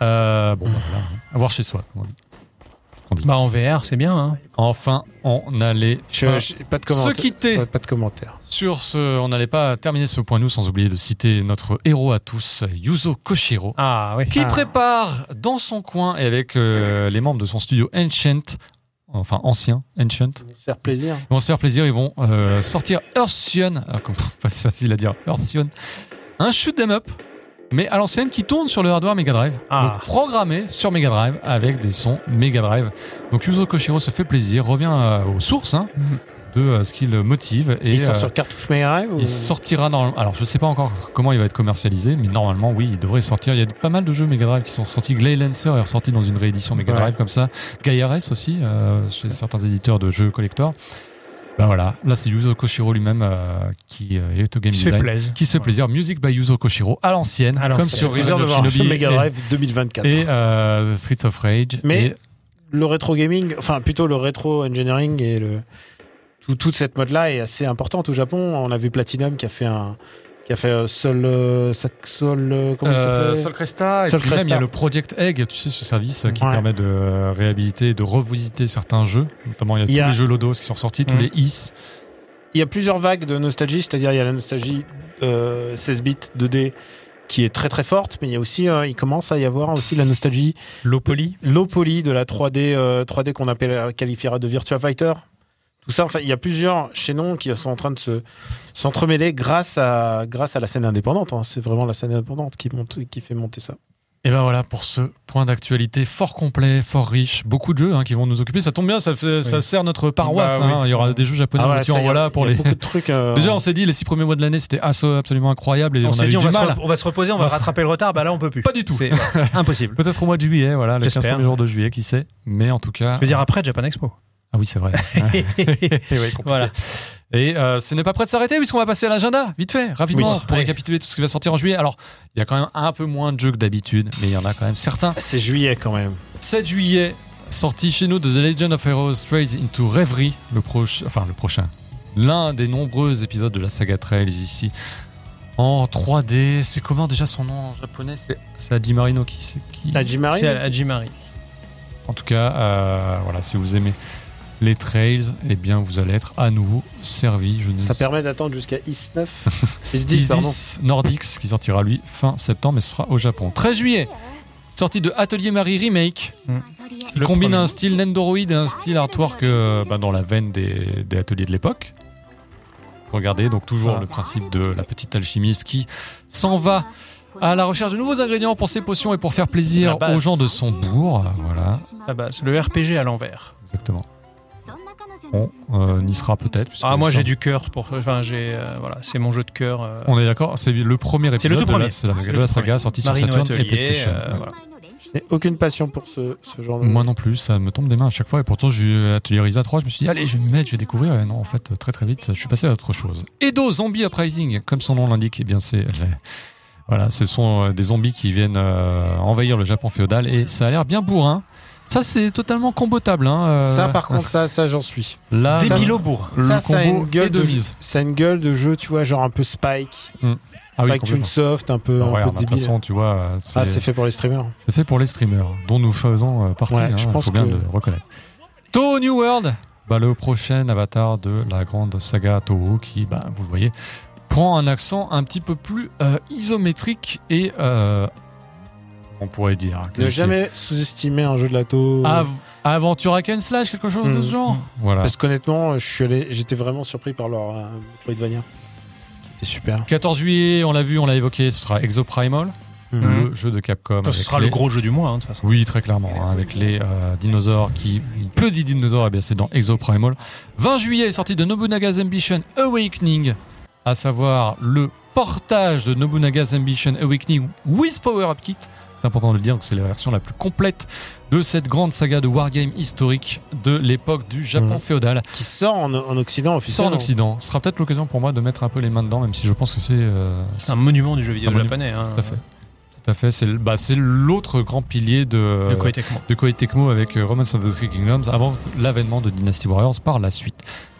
Euh, bon, bah, voilà, hein. à voir chez soi. voilà.
bah en VR, c'est bien. Hein.
Enfin, on allait
je-
pas
je- pas de
se
commentaires.
quitter
Pas, pas de commentaires.
sur ce. On n'allait pas terminer ce point nous sans oublier de citer notre héros à tous, Yuzo Koshiro.
Ah oui.
qui
Ah.
prépare dans son coin et avec euh, les membres de son studio Ancient, enfin ancien Ancient,
Se faire plaisir.
Ils vont se faire plaisir, ils vont euh, sortir Ah, Earthsion, alors comme pas facile à dire, Earthsion, un shoot 'em up, mais à l'ancienne qui tourne sur le hardware Mega Drive,
Ah.
donc programmé sur Mega Drive avec des sons Mega Drive. Donc Yuzo Koshiro se fait plaisir, revient euh, aux sources hein,
Mhm.
de euh, ce qui le motive et
Mm-hmm. Ils sont
euh,
sur cartouche Mega Drive ou-
il sortira normalement. Alors je sais pas encore comment il va être commercialisé, mais normalement oui, il devrait sortir. Il y a pas mal de jeux Mega Drive qui sont sortis. Glay Lancer est ressorti dans une réédition Mega
Ouais.
Drive comme ça. Gaia RS aussi euh, chez certains éditeurs de jeux collector. Ben voilà, là c'est Yuzo Koshiro lui-même euh, qui euh, est au game
Qui se
design.
plaise.
Qui se fait plaisir. Music by Yuzo Koshiro à l'ancienne,
À
comme
l'ancienne.
sur
plaisir
Revenge
de
of
voir un
Shinobi
Mega
et-
Drive 2024.
et, euh, Streets of Rage.
Mais-
Et-
le rétro gaming, enfin plutôt le rétro engineering et le tout- toute cette mode là est assez importante au Japon. On a vu Platinum qui a fait un qui a fait euh, Sol euh, Sac- Sol euh, comment
Euh, Sol
il s'appelle
Cresta, et
Sol
puis même,
Cresta.
il y a le Project Egg, tu sais, ce service euh, qui
Ouais.
permet de euh, réhabiliter et de revisiter certains jeux. Notamment, il y a
Il
tous
y a-
les jeux Lodos qui sont sortis, tous les
Mm.
IS.
Il y a plusieurs vagues de nostalgie, c'est-à-dire il y a la nostalgie euh, 16 bits 2D qui est très très forte, mais il y a aussi, euh, il commence à y avoir aussi la nostalgie
L'eau polie.
low poly de la 3D, euh, 3D qu'on appelle qualifiera de Virtua Fighter. Tout ça, enfin, il y a plusieurs chaînons qui sont en train de se s'entremêler grâce à grâce à la scène indépendante. hein. C'est vraiment la scène indépendante qui monte, qui fait monter ça.
Et ben voilà pour ce point d'actualité fort complet, fort riche, beaucoup de jeux hein, qui vont nous occuper. Ça tombe bien, ça, fait- ça sert notre paroisse.
Bah oui.
hein. Il y aura des jeux japonais
Ah ouais,
tu
ça,
en
il y a-
voilà pour
il y a
les.
beaucoup de trucs. euh,
Déjà, on s'est dit les six premiers mois de l'année, c'était asso- absolument incroyable et on,
On
a
s'est
eu
dit, on
du
va, se,
mal.
re- on va se reposer, on va
On se-
rattraper le retard. Bah là, on peut plus.
Pas du tout.
C'est voilà, impossible.
Peut-être au mois de juillet, voilà, les 15
J'espère.
premiers jours de juillet, qui sait. Mais en tout cas,
Je veux dire après Japan Expo.
ah oui, c'est vrai. Ouais. Et ouais, compliqué.
Voilà.
Et euh, ce n'est pas prêt de s'arrêter puisqu'on va passer à l'agenda, vite fait, rapidement,
Oui.
pour
Ouais.
récapituler tout ce qui va sortir en juillet. Alors, il y a quand même un peu moins de jeux que d'habitude, mais il y en a quand même certains.
C'est juillet quand même.
7 juillet, sortie chez nous de The Legend of Heroes Trades into Reverie, le proche, enfin le prochain, l'un des nombreux épisodes de la saga Trails ici. En 3D, c'est comment déjà son nom en japonais C'est- C'est Adi Marino qui. c'est qui...
Tajimari.
C'est à à Jimari.
En tout cas, euh, voilà, si vous aimez les trails, eh bien vous allez être à nouveau servi. Je ne
Ça
sais-
permet d'attendre jusqu'à IS9. IS10,
10,
pardon.
10 Nordix qui sortira lui fin septembre, mais ce sera au Japon. 13 juillet, sortie de Atelier Marie Remake. Il
Le
combine
premier.
un style Nendoroid et un style artwork euh, bah, dans la veine des, des ateliers de l'époque. Regardez, donc toujours
Voilà.
le principe de la petite alchimiste qui s'en va à la recherche de nouveaux ingrédients pour ses potions et pour faire
La
plaisir
base.
aux gens de son bourg. Voilà,
Ah bah, c'est le RPG à l'envers.
exactement. On
On
euh, n'y sera peut-être. puisque
Ah moi
ça-
j'ai du cœur pour. Enfin j'ai euh, voilà, c'est mon jeu de cœur. euh,
On est d'accord, c'est le premier épisode
C'est le tout
de la-
premier.
c'est la,
C'est
de
le
la
tout
saga
premier.
sortie sur
Marino
Saturn
Atelier,
et PlayStation.
euh, voilà.
J'ai aucune passion pour ce, ce genre de.
Moi non plus, ça me tombe des mains à chaque fois. Et pourtant, j'ai eu Atelier Risa 3, je me suis dit, allez, je vais m'y mettre, je vais découvrir. Et non, en fait, très très vite, je suis passé à autre chose. Edo Zombie Uprising, comme son nom l'indique, eh bien, c'est. les- Voilà, ce sont euh, des zombies qui viennent euh, envahir le Japon féodal et ça a l'air bien bourrin. Ça, c'est totalement combotable. Hein, euh,
Ça, par contre, ça, ça, j'en suis.
là,
ça,
Débile au bourg.
le
ça,
combo
ça a une gueule
est de
de, jeu-
mise.
ça a une gueule de jeu, tu vois, genre un peu Spike,
Ah oui,
Spike
complètement.
Soft, un peu,
Bah,
un
regarde,
peu
de toute
débile.
façon, tu vois, euh, c'est
Ah, c'est fait pour les streamers.
c'est fait pour les streamers, dont nous faisons euh, partie.
Ouais,
hein,
je pense
faut bien
que-
le reconnaître. Toho New World, bah, le prochain avatar de la grande saga Toho, qui, bah, vous le voyez, prend un accent un petit peu plus euh, isométrique et euh, on pourrait dire
Ne
que-
jamais sous-estimer un jeu de lato.
Av- aventure hack and slash, quelque chose de ce
Mm.
genre. Voilà.
Parce qu'honnêtement, je suis allé, j'étais vraiment surpris par leur euh, Metroidvania. C'était super.
14 juillet, on l'a vu, on l'a évoqué, ce sera Exoprimal,
Mm.
Mhm.
le jeu de Capcom.
Ça,
avec
ce sera
les-
le gros jeu du mois hein, de toute façon.
Oui, très clairement, hein, avec les euh, dinosaures qui. Peu dit dinosaures, eh bien c'est dans Exoprimal. 20 juillet, sortie de Nobunaga's Ambition Awakening, à savoir le portage de Nobunaga's Ambition Awakening with Power Up Kit. C'est important de le dire, donc c'est la version la plus complète de cette grande saga de wargame historique de l'époque du Japon
Mhm.
féodal.
Qui sort en, en Occident
Qui sort
officiellement.
en Occident. Ce sera peut-être l'occasion pour moi de mettre un peu les mains dedans, même si je pense que c'est. euh,
C'est un monument du jeu vidéo
Un monument.
japonais. hein.
tout à fait. Tout à fait. C'est le- bah, c'est l'autre grand pilier de.
De Koei Tecmo.
de Koei Tecmo avec euh, Romance of the Three Kingdoms avant l'avènement de Dynasty Warriors par la suite.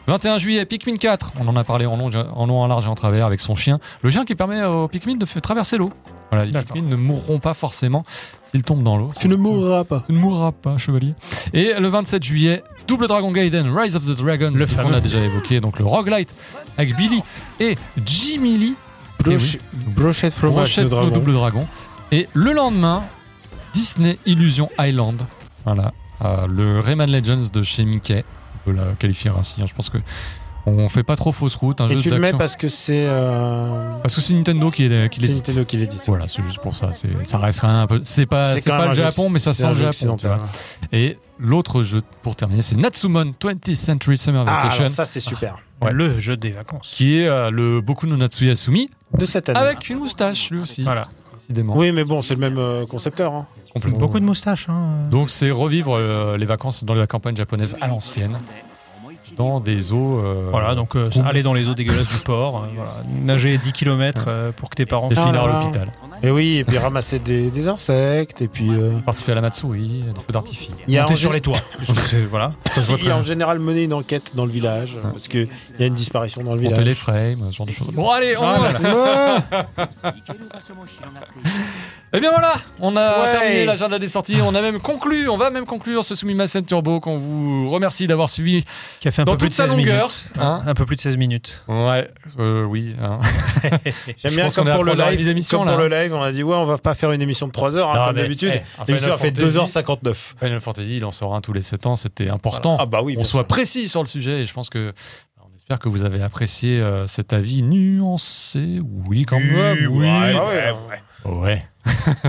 21 juillet, Pikmin 4, on en a parlé en long, en, long, en large et en travers avec son chien. Le chien qui permet aux Pikmin de f- traverser l'eau. Voilà, les
D'accord.
Pikmin ne mourront pas forcément s'ils tombent dans l'eau.
Tu ne mourras pas.
Tu ne mourras pas, chevalier. Et le 27 juillet, Double Dragon Gaiden, Rise of the Dragons,
Le
donc
fameux.
on a déjà évoqué, donc le roguelite avec Billy et Jimmy Lee
Broche- Brochette
on
fromage de
achète nos
dragon.
Eh double dragon. Et le lendemain, Disney Illusion Island. Voilà, euh, le Rayman Legends de chez Mickey. On peut la qualifier ainsi. hein. Je pense que on fait pas trop fausse route. Un
Et
jeu
tu le mets
d'action.
parce que c'est. Euh...
parce que c'est Nintendo qui est qui
c'est
l'édite.
Nintendo qui l'édite.
Voilà, c'est juste pour ça. C'est- Ça restera un peu. C'est pas, Ah, c'est pas le
jeu-
Japon, mais ça
c'est
sent
un
le
jeu
Japon. tu
occidental. hein.
vois. Et l'autre jeu pour terminer, c'est Natsumon 20th Century Summer
Ah,
Vacation,
alors ça c'est super.
Ouais.
Le jeu des vacances.
qui est euh, le Boku no Natsu Yasumi
De cette année.
avec une moustache lui aussi.
Voilà.
Décidément.
Oui, mais bon, c'est le même euh, concepteur. hein.
Complètement.
Beaucoup de moustaches. Hein.
Donc c'est revivre euh, les vacances dans la campagne japonaise à l'ancienne, dans des eaux. euh,
Voilà, donc euh, ça-
Ouh.
aller dans les eaux dégueulasses du port, euh, voilà. nager 10 km pour que tes parents
des
Ah
filles
là
à
là.
l'hôpital.
Et oui, et puis ramasser des, des insectes, et puis. Eh euh,
Participer à la Matsuri, à des feux d'artifice.
il y a en
monter sur
gé-
les toits. Je- c'est- voilà.
Ça se voit
il y
très
a en
bien.
général mener une enquête dans le village,
Ah.
euh, parce qu'il y a une disparition dans le
Compter
village. Ah
les frames, ce genre de choses. Bon allez, on y va.
Ouais.
Eh bien voilà, on a
Ouais.
terminé l'agenda des sorties, on a même conclu, on va même conclure ce Sumimasen Turbo qu'on vous remercie d'avoir suivi
Qui a fait un
dans
peu plus
toute
de
sa
16
longueur.
minutes.
hein.
Un peu plus de 16 minutes.
ouais, euh, oui. hein.
J'aime
Je
bien
pense
comme
qu'on est à
pour le
trois heures et
live,
demie d'émission,
comme
là.
pour le live, live, on a dit ouais, on va pas faire une émission de 3
Ah,
heures, hein,
Non,
comme
mais,
d'habitude.
eh, un
L'émission a
Final
fait
Fantasy-
2h59.
Final Fantasy, il en sort un tous les 7 ans, c'était important.
Ah bah oui,
on
bien
soit
sûr.
précis sur le sujet et je pense que on espère que vous avez apprécié euh, cet avis nuancé. Oui, quand même. Oui.
Ah
Euh,
ouais, ouais.
Ouais.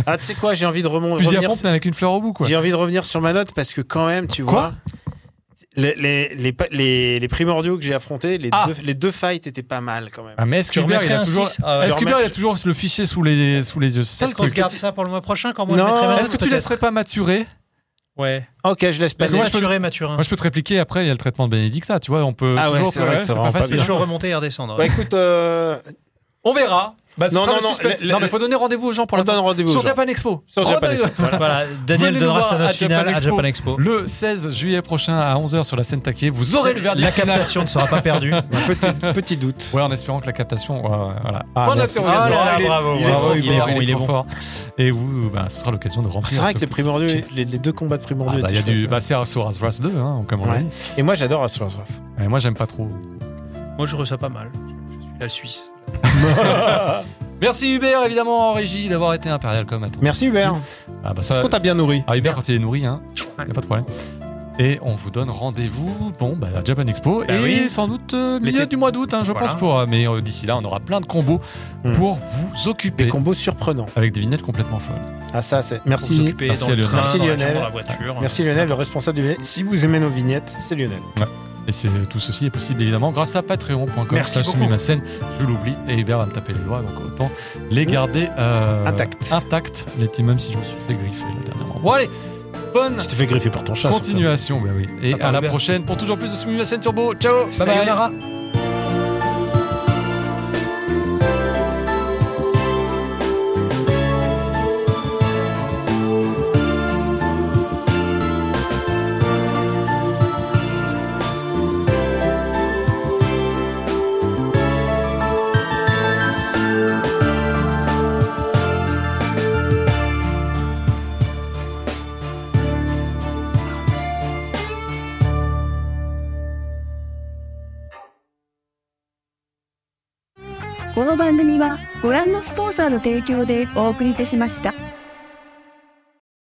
Ah, tu sais quoi, j'ai envie de remon-
Fusil à
revenir.
pompe mais avec une fleur au bout quoi.
J'ai envie de revenir sur ma note parce que quand même, tu
Quoi
vois, les, les, les, pa- les- les primordiaux que j'ai affrontés, les,
Ah.
deux, les deux fights étaient pas mal quand même.
Ah, mais est-ce
Tu
qu'Hubert, il
remettrais
a
un
toujours
six Ah ouais.
est-ce
Je
qu'Hubert,
remets-
il a toujours le fichier sous les sous les yeux C'est ça
Est-ce
le
qu'on se
truc.
garde ça pour le mois prochain quand moi
Non.
je mettrai ma note,
Est-ce que tu
peut-être
laisserais pas maturer
Ouais.
Ok, je laisse passer.
Parce que
Ah. moi,
moi
je peux-
Mathurin.
Moi, je peux te répliquer. Après, il y a le traitement de Benedicta. Tu vois, on peut.
Ah
toujours
ouais, c'est vrai que ça
c'est
rend
pas
pas
C'est
facile.
bien.
hein.
toujours remonter et redescendre.
Bah écoute, euh,
On verra. Bah, ce
Non,
sera
non,
le
non,
suspense.
le- le-
non, mais faut donner rendez-vous aux gens pour
on
la
donne rendez-vous. aux
sur
gens.
Japan Expo.
Sur Japan
Rendez-
Expo.
Voilà, voilà, Daniel
nous
donnera
voir
sa
à
note
Japan
finale à
Expo.
Japan Expo.
Le 16 juillet prochain à 11h sur la scène taquée, vous aurez le verdict.
La captation ne sera pas perdue.
Petit, petit doute.
Ouais, en espérant que la captation. ouais, ouais, voilà.
Ah,
Point de
merci.
l'interrogation.
Ah là là,
Il est-
bravo,
il est
bravo,
trop
il est
fort,
bon, il est
trop
bon.
fort. Et vous, bah, ce sera l'occasion de remplir.
C'est vrai que
ce
les
petit-
primordiaux, les, les deux combats de
Ah,
primordiaux.
bah, il y a
étaient
du.
chouettes. hein.
Bah, c'est Asura's Wrath 2, hein, comme on l'a
Ouais.
dit.
Et moi, j'adore Asura's Wrath.
Et Moi, j'aime pas trop.
Moi, je reçois pas mal. Je je suis la Suisse.
Merci Hubert, évidemment, en régie, d'avoir été impérial comme à tout.
Merci Hubert.
Ah, bah,
Est-ce
ça.
qu'on t'a bien nourri
Ah, Hubert, quand il est nourri, hein, y a pas de problème. Et on vous donne rendez-vous, bon, bah, à Japan Expo
Bah
et
oui.
sans doute euh,
L'été.
milieu du mois d'août, hein, je
Voilà.
pense pour. euh, Mais euh, d'ici là, on aura plein de combos
Hmm.
pour vous
Des
occuper
combos surprenants.
avec des vignettes complètement folles.
Ah ça, c'est.
Pour vous
Merci.
occuper
Merci
dans le
Lionel.
train,
Merci
dans la
Lionel.
dans la voiture.
Merci Lionel, le responsable du vignettes. Si vous aimez nos vignettes, c'est Lionel.
Et c'est tout ceci est possible évidemment grâce à patreon.com
Merci
slash
beaucoup.
sumimasen. Je l'oublie et Hubert va me taper les doigts donc autant les garder euh,
Intacts.
intacts, les petits même si je me suis fait griffer là, dernièrement. Bon allez, bonne
Tu t'es fait griffer par ton chat.
continuation, bah oui. Et
À part
à la
Hubert.
prochaine pour toujours plus de Sumimasen Turbo. Ciao, bye bye.
Sayonara.
この番組はご覧のスポンサーの提供でお送りいたしました。